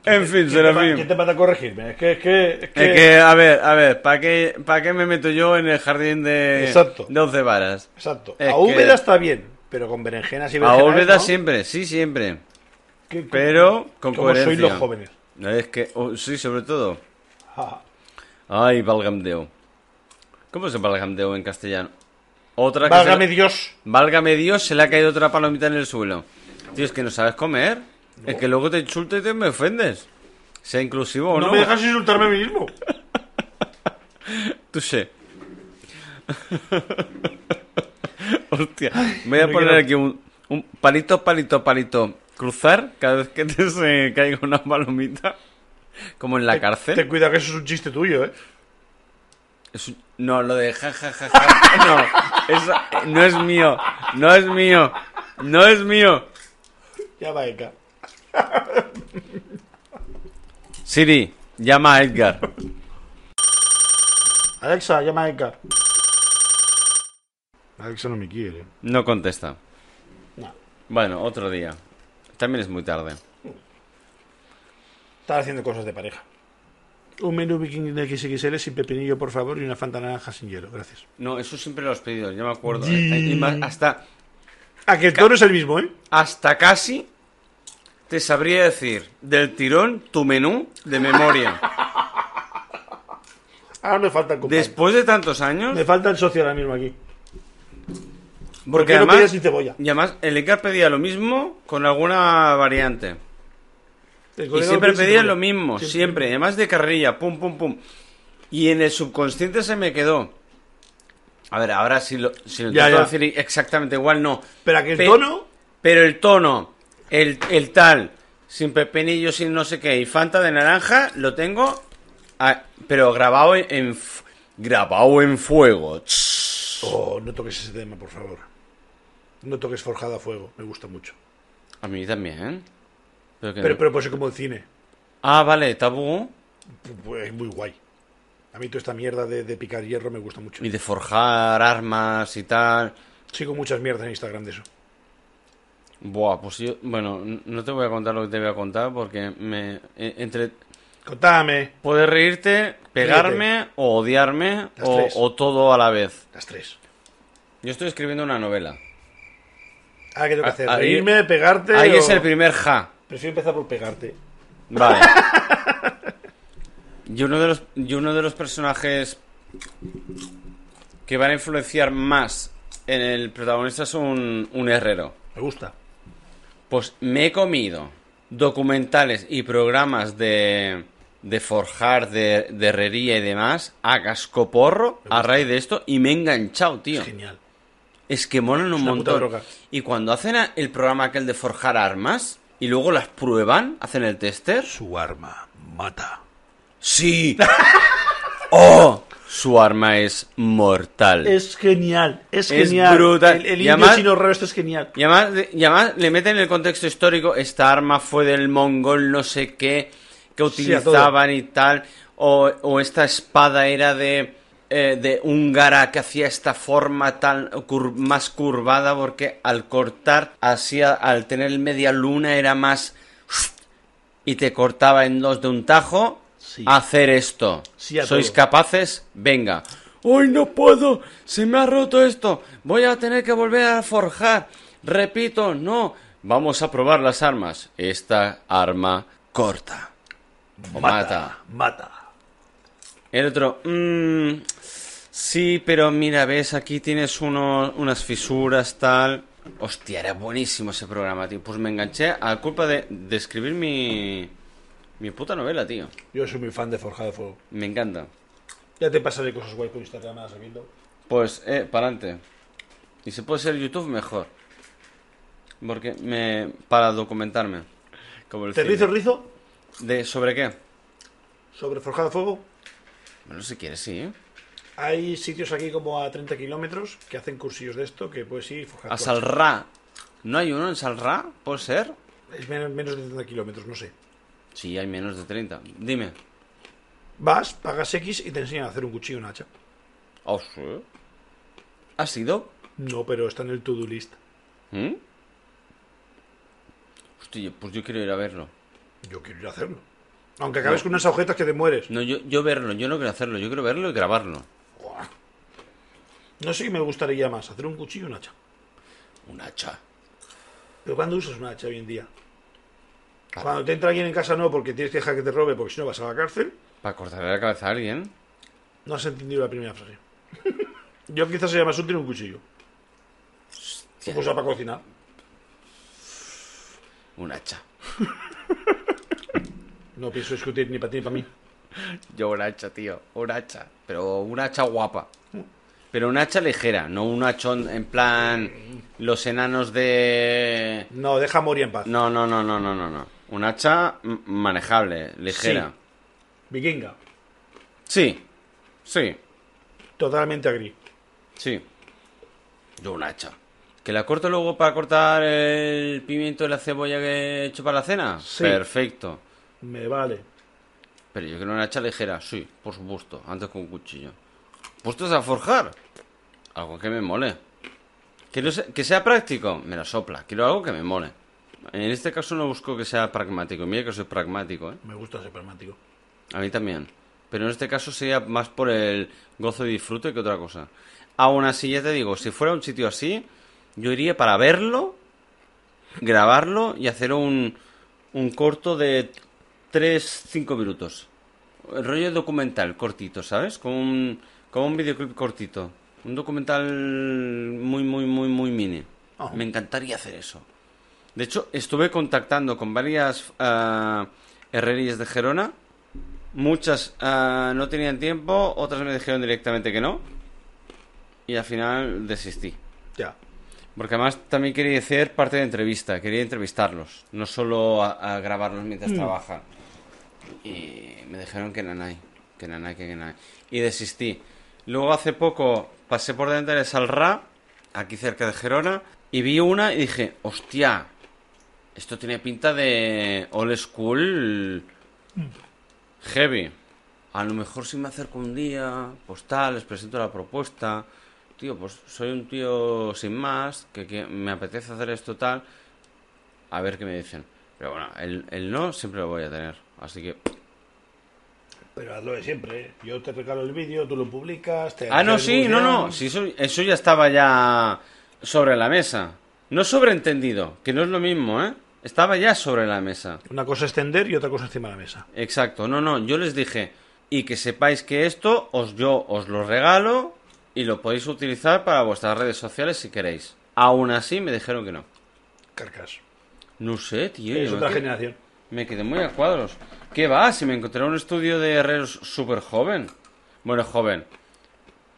S2: En fin,
S1: ¿Quién te va-
S2: Serafín.
S1: ¿Quién te manda a corregirme? Es que, es que, es que...
S2: Es que, a ver, a ver, ¿para qué, pa' qué me meto yo en el jardín de,
S1: Exacto.
S2: de 11 varas?
S1: Exacto.
S2: es
S1: a Úbeda
S2: que-
S1: está bien. pero con berenjenas y
S2: A
S1: berenjenas.
S2: Olveda
S1: ¿no?
S2: siempre, sí, siempre.
S1: Que-
S2: Pero con
S1: Como sois
S2: coherencia.
S1: los jóvenes.
S2: Es que, oh, sí, sobre todo.
S1: Ja, ja.
S2: Ay, valgamdeo. ¿Cómo es el valgamdeo en castellano? Otra que se-
S1: Válgame Dios.
S2: Válgame Dios, se le ha caído otra palomita en el suelo. Tío, es que no sabes comer. Es que luego te insulto y te me ofendes. Sea inclusivo o no.
S1: No me dejas insultarme a mí mismo.
S2: Tú sé. Hostia. Me voy a
S1: no
S2: poner
S1: quiero.
S2: aquí un, un palito, palito, palito. Cruzar cada vez que te se caiga una palomita. Como en la cárcel.
S1: Ten cuidado que eso es un chiste tuyo, ¿eh?
S2: Es un- No, lo de ja, ja, ja, ja. No, eso no es mío. No es mío. No es mío.
S1: Ya va, Eka.
S2: Siri, llama a Edgar.
S1: Alexa, llama a Eka. Alexa no me quiere.
S2: No contesta.
S1: No.
S2: Bueno, otro día. También es muy tarde.
S1: Están haciendo cosas de pareja. Un menú viking de XXL sin pepinillo, por favor, y una fanta naranja sin hielo. Gracias.
S2: No, eso siempre lo has pedido, yo me acuerdo.
S1: Yi.
S2: Eh, y más- hasta,
S1: Ah, que el tono es el mismo, ¿eh?
S2: hasta casi te sabría decir del tirón tu menú de memoria.
S1: Ahora Ah, me falta el compañero.
S2: Después de tantos años.
S1: Me falta el socio ahora mismo aquí.
S2: Porque
S1: qué no
S2: además,
S1: pedías sin cebolla?
S2: y además el Icar pedía lo mismo con alguna variante.
S1: El
S2: Y
S1: colega
S2: siempre
S1: no pide sin
S2: pedía
S1: cebolla.
S2: lo mismo,
S1: Siempre.
S2: siempre. Además de carrilla, pum, pum, pum. Y en el subconsciente se me quedó. A ver, ahora si lo, si lo
S1: Ya, ya.
S2: intento decir exactamente igual, no.
S1: Pero aquel
S2: Pe-
S1: tono.
S2: Pero el tono, el, el tal, sin pepinillo, sin no sé qué, y Fanta de naranja, lo tengo, a- pero grabado en, en f- grabado en fuego. Tss.
S1: Oh, no toques ese tema, por favor. No toques forjado a fuego. Me gusta mucho.
S2: A mí también. Pero que
S1: Pero,
S2: no-
S1: pero pues es como el cine.
S2: Ah, vale, tabú.
S1: Pues es muy guay. A mí toda esta mierda de, de picar hierro me gusta mucho.
S2: Y de forjar armas y tal.
S1: Sigo muchas mierdas en Instagram de eso.
S2: Buah, pues yo, bueno, n- no te voy a contar lo que te voy a contar porque me e- entre
S1: Contame.
S2: poder reírte, pegarme o odiarme
S1: Las
S2: o,
S1: tres.
S2: o todo a la vez.
S1: Las tres.
S2: Yo estoy escribiendo una novela.
S1: Ahora que tengo que hacer.
S2: ahí-
S1: Reírme, pegarte.
S2: Ahí
S1: o-
S2: es el primer ja.
S1: Prefiero empezar por pegarte.
S2: Vale. Y uno de los y uno de los personajes que van a influenciar más en el protagonista es un, un herrero.
S1: Me gusta.
S2: Pues me he comido documentales y programas de, de forjar, de, de herrería y demás a cascoporro a raíz de esto y me he enganchado, tío.
S1: Es genial.
S2: Es que molan un
S1: una puta
S2: montón.
S1: droga.
S2: Y cuando hacen a- el programa aquel de forjar armas y luego las prueban, hacen el tester.
S1: Su arma mata.
S2: ¡Sí! ¡Oh! Su arma es mortal.
S1: Es genial. Es
S2: Es
S1: genial.
S2: brutal.
S1: El, el
S2: Y
S1: indio
S2: además-
S1: chino raro este es genial.
S2: Y además, le- y además le meten en el contexto histórico, esta arma fue del mongol no sé qué, que
S1: Sí, a
S2: utilizaban y tal, o, o esta espada era de, eh, de húngara que hacía esta forma tal, cur- más curvada, porque al cortar, hacía, al tener media luna era más... Y te cortaba en dos de un tajo,
S1: Sí.
S2: hacer esto.
S1: Sí, a
S2: ¿Sois
S1: todo.
S2: capaces? Venga. ¡Hoy no puedo! ¡Se me ha roto esto! Voy a tener que volver a forjar. Repito, no. Vamos a probar las armas. Esta arma corta. O mata.
S1: Mata.
S2: El otro, "Mm, sí, pero mira, ves, aquí tienes uno- unas fisuras, tal. Hostia, era buenísimo ese programa, tío. Pues me enganché a culpa de, de escribir mi, mi puta novela, tío.
S1: Yo soy muy fan de Forjado de Fuego.
S2: Me encanta.
S1: Ya te pasaré cosas guay con Instagram, ahora sabiendo.
S2: Pues, eh, para adelante. Y si puede ser YouTube, mejor. Porque me. para documentarme. Como el
S1: ¿Te
S2: cine.
S1: rizo el rizo?
S2: ¿De sobre qué?
S1: Sobre Forjado de Fuego.
S2: Bueno, si quieres, sí. ¿eh?
S1: Hay sitios aquí como a 30 kilómetros que hacen cursillos de esto que puedes ir y forjar.
S2: A
S1: tu
S2: Salrá. ¿No hay uno en Salrá? ¿Puede ser?
S1: hacha. Es men- menos de 30 kilómetros, no sé.
S2: Sí, hay menos de 30. Dime.
S1: Vas, pagas X y te enseñan a hacer un cuchillo, y una hacha.
S2: Ah, sí. ¿Ha sido?
S1: No, pero está en el to-do list.
S2: ¿Mm? Hostia, pues yo quiero ir a verlo.
S1: Yo quiero ir a hacerlo. Aunque acabes con unas agujetas que te mueres.
S2: No, yo, yo verlo, yo no quiero hacerlo, yo quiero verlo y grabarlo.
S1: No sé qué me gustaría más, hacer un cuchillo y una hacha.
S2: Un hacha.
S1: ¿Pero cuándo usas un hacha hoy en día? Cuando te entra alguien en casa no, porque tienes que dejar que te robe, porque si no vas a la cárcel.
S2: Para cortarle la cabeza a alguien.
S1: No has entendido la primera frase. Yo quizás sería más útil un cuchillo. Se
S2: pues,
S1: usa para cocinar.
S2: Un hacha.
S1: No pienso discutir ni para ti ni para mí.
S2: Yo un hacha, tío. Un hacha. Pero un hacha guapa. Pero un hacha ligera, no un hachón en plan los enanos de...
S1: No, deja morir en paz.
S2: No, no, no, no, no, no. no. Un hacha mm, manejable, ligera.
S1: Vikinga.
S2: Sí. Sí.
S1: Totalmente agri.
S2: Sí. Yo un hacha. ¿Que la corto luego para cortar el pimiento y la cebolla que he hecho para la cena?
S1: Sí.
S2: Perfecto.
S1: Me vale.
S2: Pero yo quiero una hacha ligera, sí, por supuesto, antes con un cuchillo. ¿Puestos a forjar? Algo que me mole. Que, no sea, que sea práctico, me la sopla. Quiero algo que me mole. En este caso no busco que sea pragmático. Mira que soy pragmático, ¿eh?
S1: Me gusta ser pragmático.
S2: A mí también. Pero en este caso sería más por el gozo y disfrute que otra cosa. Aún así, ya te digo, si fuera un sitio así, yo iría para verlo, grabarlo y hacer un, un corto de 3-5 minutos. El rollo documental, cortito, ¿sabes? Como un, como un videoclip cortito. Un documental muy, muy, muy, muy mini.
S1: Ajá.
S2: Me encantaría hacer eso. De hecho, estuve contactando con varias ah, herrerías de Gerona. Muchas ah, no tenían tiempo, otras me dijeron directamente que no. Y al final desistí.
S1: Ya.
S2: Porque además también quería hacer parte de entrevista, quería entrevistarlos, no solo a, a grabarlos mientras trabajan. Y me dijeron que nanay, que nanay, que nanay. Y desistí. Luego hace poco pasé por delante de Salra, aquí cerca de Gerona, y vi una y dije, hostia, esto tiene pinta de old school heavy. A lo mejor si me acerco un día, pues tal, les presento la propuesta. Tío, pues soy un tío sin más, que, que me apetece hacer esto tal. A ver qué me dicen. Pero bueno, el, el no siempre lo voy a tener. Así que...
S1: Pero hazlo de siempre. ¿eh? Yo te regalo el vídeo, tú lo publicas. Te
S2: Ah, no,
S1: haces
S2: sí, no,
S1: difusión.
S2: no. Sí, eso, eso ya estaba ya sobre la mesa. No sobreentendido, que no es lo mismo, ¿eh? Estaba ya sobre la mesa.
S1: Una cosa es tender y otra cosa encima de la mesa.
S2: Exacto, no, no, yo les dije, y que sepáis que esto os yo os lo regalo y lo podéis utilizar para vuestras redes sociales si queréis. Aún así me dijeron que no.
S1: Carcas.
S2: No sé, tío.
S1: es
S2: yo
S1: otra
S2: me, qued-
S1: generación.
S2: me quedé muy a cuadros. ¿Qué va? Si me encontré un estudio de herreros súper joven. Bueno, joven.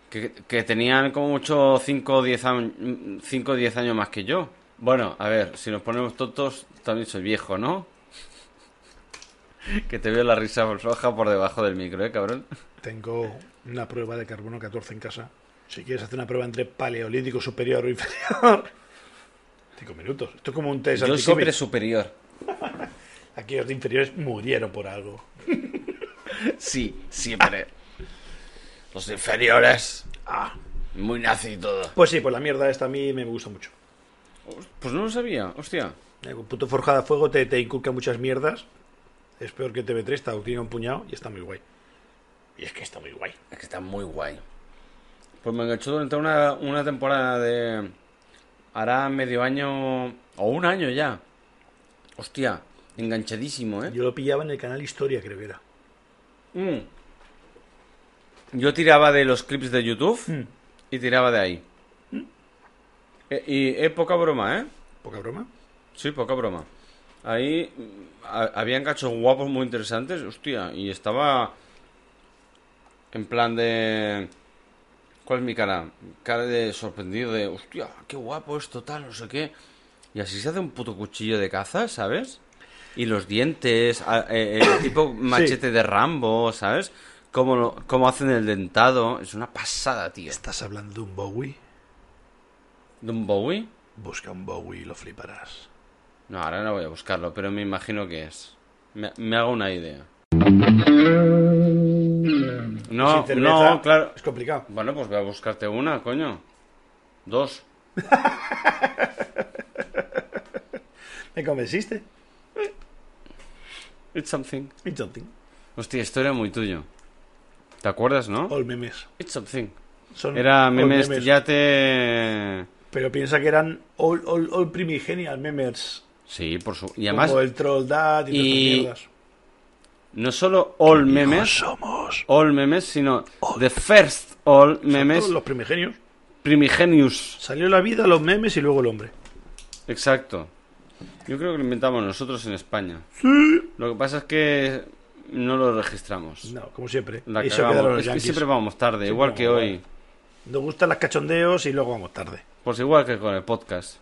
S2: Que, que tenían como mucho 5 o 10 años, 5 o 10 años más que yo. Bueno, a ver, si nos ponemos tontos, también soy viejo, ¿no? Que te veo la risa floja por debajo del micro, ¿eh, cabrón?
S1: Tengo una prueba de carbono 14 en casa. Si quieres hacer una prueba entre paleolítico superior o inferior, cinco minutos. Esto es como un test
S2: Yo
S1: anti-COVID.
S2: siempre superior.
S1: Aquí los de inferiores murieron por algo.
S2: Sí, siempre. Los inferiores.
S1: Ah,
S2: Muy nazi y todo.
S1: pues sí, pues la mierda esta a mí me gusta mucho.
S2: Pues no lo sabía, hostia.
S1: Eh, con Puto forjada a fuego te, te inculca muchas mierdas. Es peor que TV3, te tiene un puñado y está muy guay. Y es que está muy guay.
S2: Es que está muy guay. Pues me enganchó durante una, una temporada de... Hará medio año... O un año ya. Hostia, enganchadísimo, ¿eh?
S1: Yo lo pillaba en el canal Historia, creo que era.
S2: Mm. Yo tiraba de los clips de YouTube
S1: Mm.
S2: y tiraba de ahí. E- y es poca broma, ¿eh?
S1: Poca broma.
S2: Sí, poca broma. Ahí mm, ha- habían cachos guapos muy interesantes, hostia, y estaba en plan de... ¿Cuál es mi cara? Cara de sorprendido de, hostia, qué guapo esto, tal, no sé qué. Y así se hace un puto cuchillo de caza, ¿sabes? Y los dientes, a- eh, el tipo machete de Rambo, ¿sabes? Cómo, lo- cómo hacen el dentado. Es una pasada, tío.
S1: ¿Estás hablando de un Bowie?
S2: ¿De un Bowie?
S1: Busca un Bowie y lo fliparás.
S2: No, ahora no voy a buscarlo, pero me imagino que es. Me, me hago una idea. No,
S1: Sin cerveza
S2: no, claro.
S1: Es complicado.
S2: Bueno, pues voy a buscarte una, coño. Dos.
S1: ¿Me convenciste?
S2: It's something.
S1: It's something.
S2: Hostia, esto era muy tuyo. ¿Te acuerdas, no?
S1: All memes.
S2: It's something.
S1: Son
S2: Era
S1: all
S2: memes, ya te...
S1: Pero piensa que eran all, all, all primigenial memers.
S2: Sí, por su... Y además,
S1: como el troll dad y, todas
S2: y-
S1: estas mierdas.
S2: no solo all memes,
S1: somos.
S2: all memes, sino the first all memes
S1: Somos Los primigenios.
S2: primigenius.
S1: Salió la vida, los memes y luego el hombre.
S2: Exacto. Yo creo que lo inventamos nosotros en España. Lo que pasa es que no lo registramos.
S1: No, como siempre.
S2: La
S1: y se
S2: cagamos.
S1: quedaron los
S2: Es que
S1: yankees.
S2: siempre vamos tarde, igual que
S1: vamos
S2: hoy.
S1: Nos gustan las cachondeos y luego vamos tarde.
S2: Pues igual que con el podcast.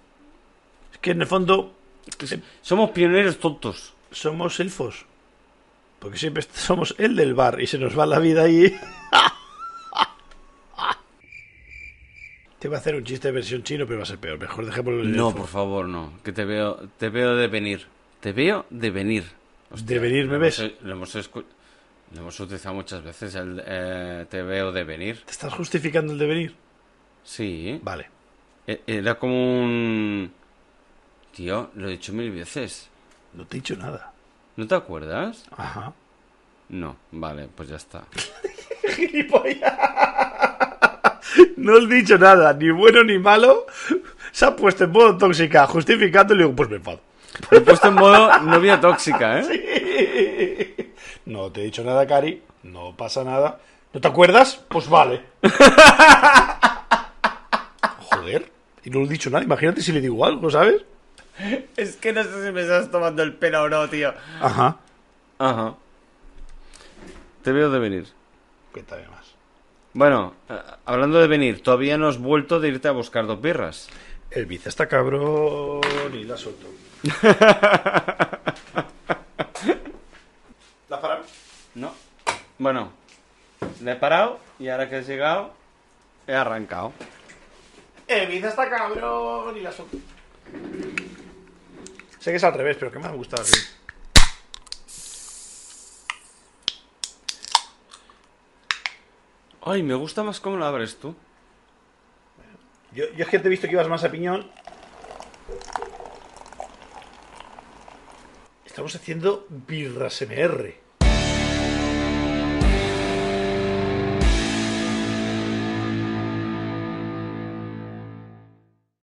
S1: Es que en el fondo eh,
S2: Somos pioneros tontos.
S1: somos elfos. Porque siempre est- somos el del bar y se nos va la vida ahí. Te iba a hacer un chiste de versión chino, pero va a ser peor. Mejor dejémoslo en el
S2: No,
S1: elfo.
S2: por favor, no. Que te veo, te veo de venir. Te veo de venir.
S1: De venir me
S2: Lo
S1: ves.
S2: hemos- Lo hemos, escu- lo hemos utilizado muchas veces el eh, te veo de venir.
S1: ¿Te estás justificando el devenir?
S2: Sí.
S1: Vale.
S2: E- Era como un... Tío, lo he dicho mil veces.
S1: No te he dicho nada.
S2: ¿No te acuerdas?
S1: Ajá.
S2: No, vale, pues ya está.
S1: No has dicho nada, ni bueno ni malo. Se ha puesto en modo tóxica, justificando y le digo, pues me enfado.
S2: Lo he puesto en modo novia tóxica, ¿eh?
S1: No te he dicho nada, Cari. No pasa nada. ¿No te acuerdas? Pues vale. Joder. Y no le he dicho nada. Imagínate si le digo algo, ¿sabes?
S2: Es que no sé si me estás tomando el pelo o no, tío.
S1: Ajá.
S2: Ajá. Te veo de venir.
S1: Cuéntame más.
S2: Bueno, eh, hablando de venir, todavía no has vuelto de irte a buscar dos birras.
S1: El vice está cabrón y la suelto. ¿La paramos?
S2: No. Bueno, le he parado y ahora que has llegado, he arrancado.
S1: El vice está Eh, cabrón y la suelto. Sé que es al revés, pero que me ha gustado así.
S2: Ay, me gusta más cómo lo abres tú.
S1: Yo, yo es que te he visto que ibas más a piñón. Estamos haciendo birras MR.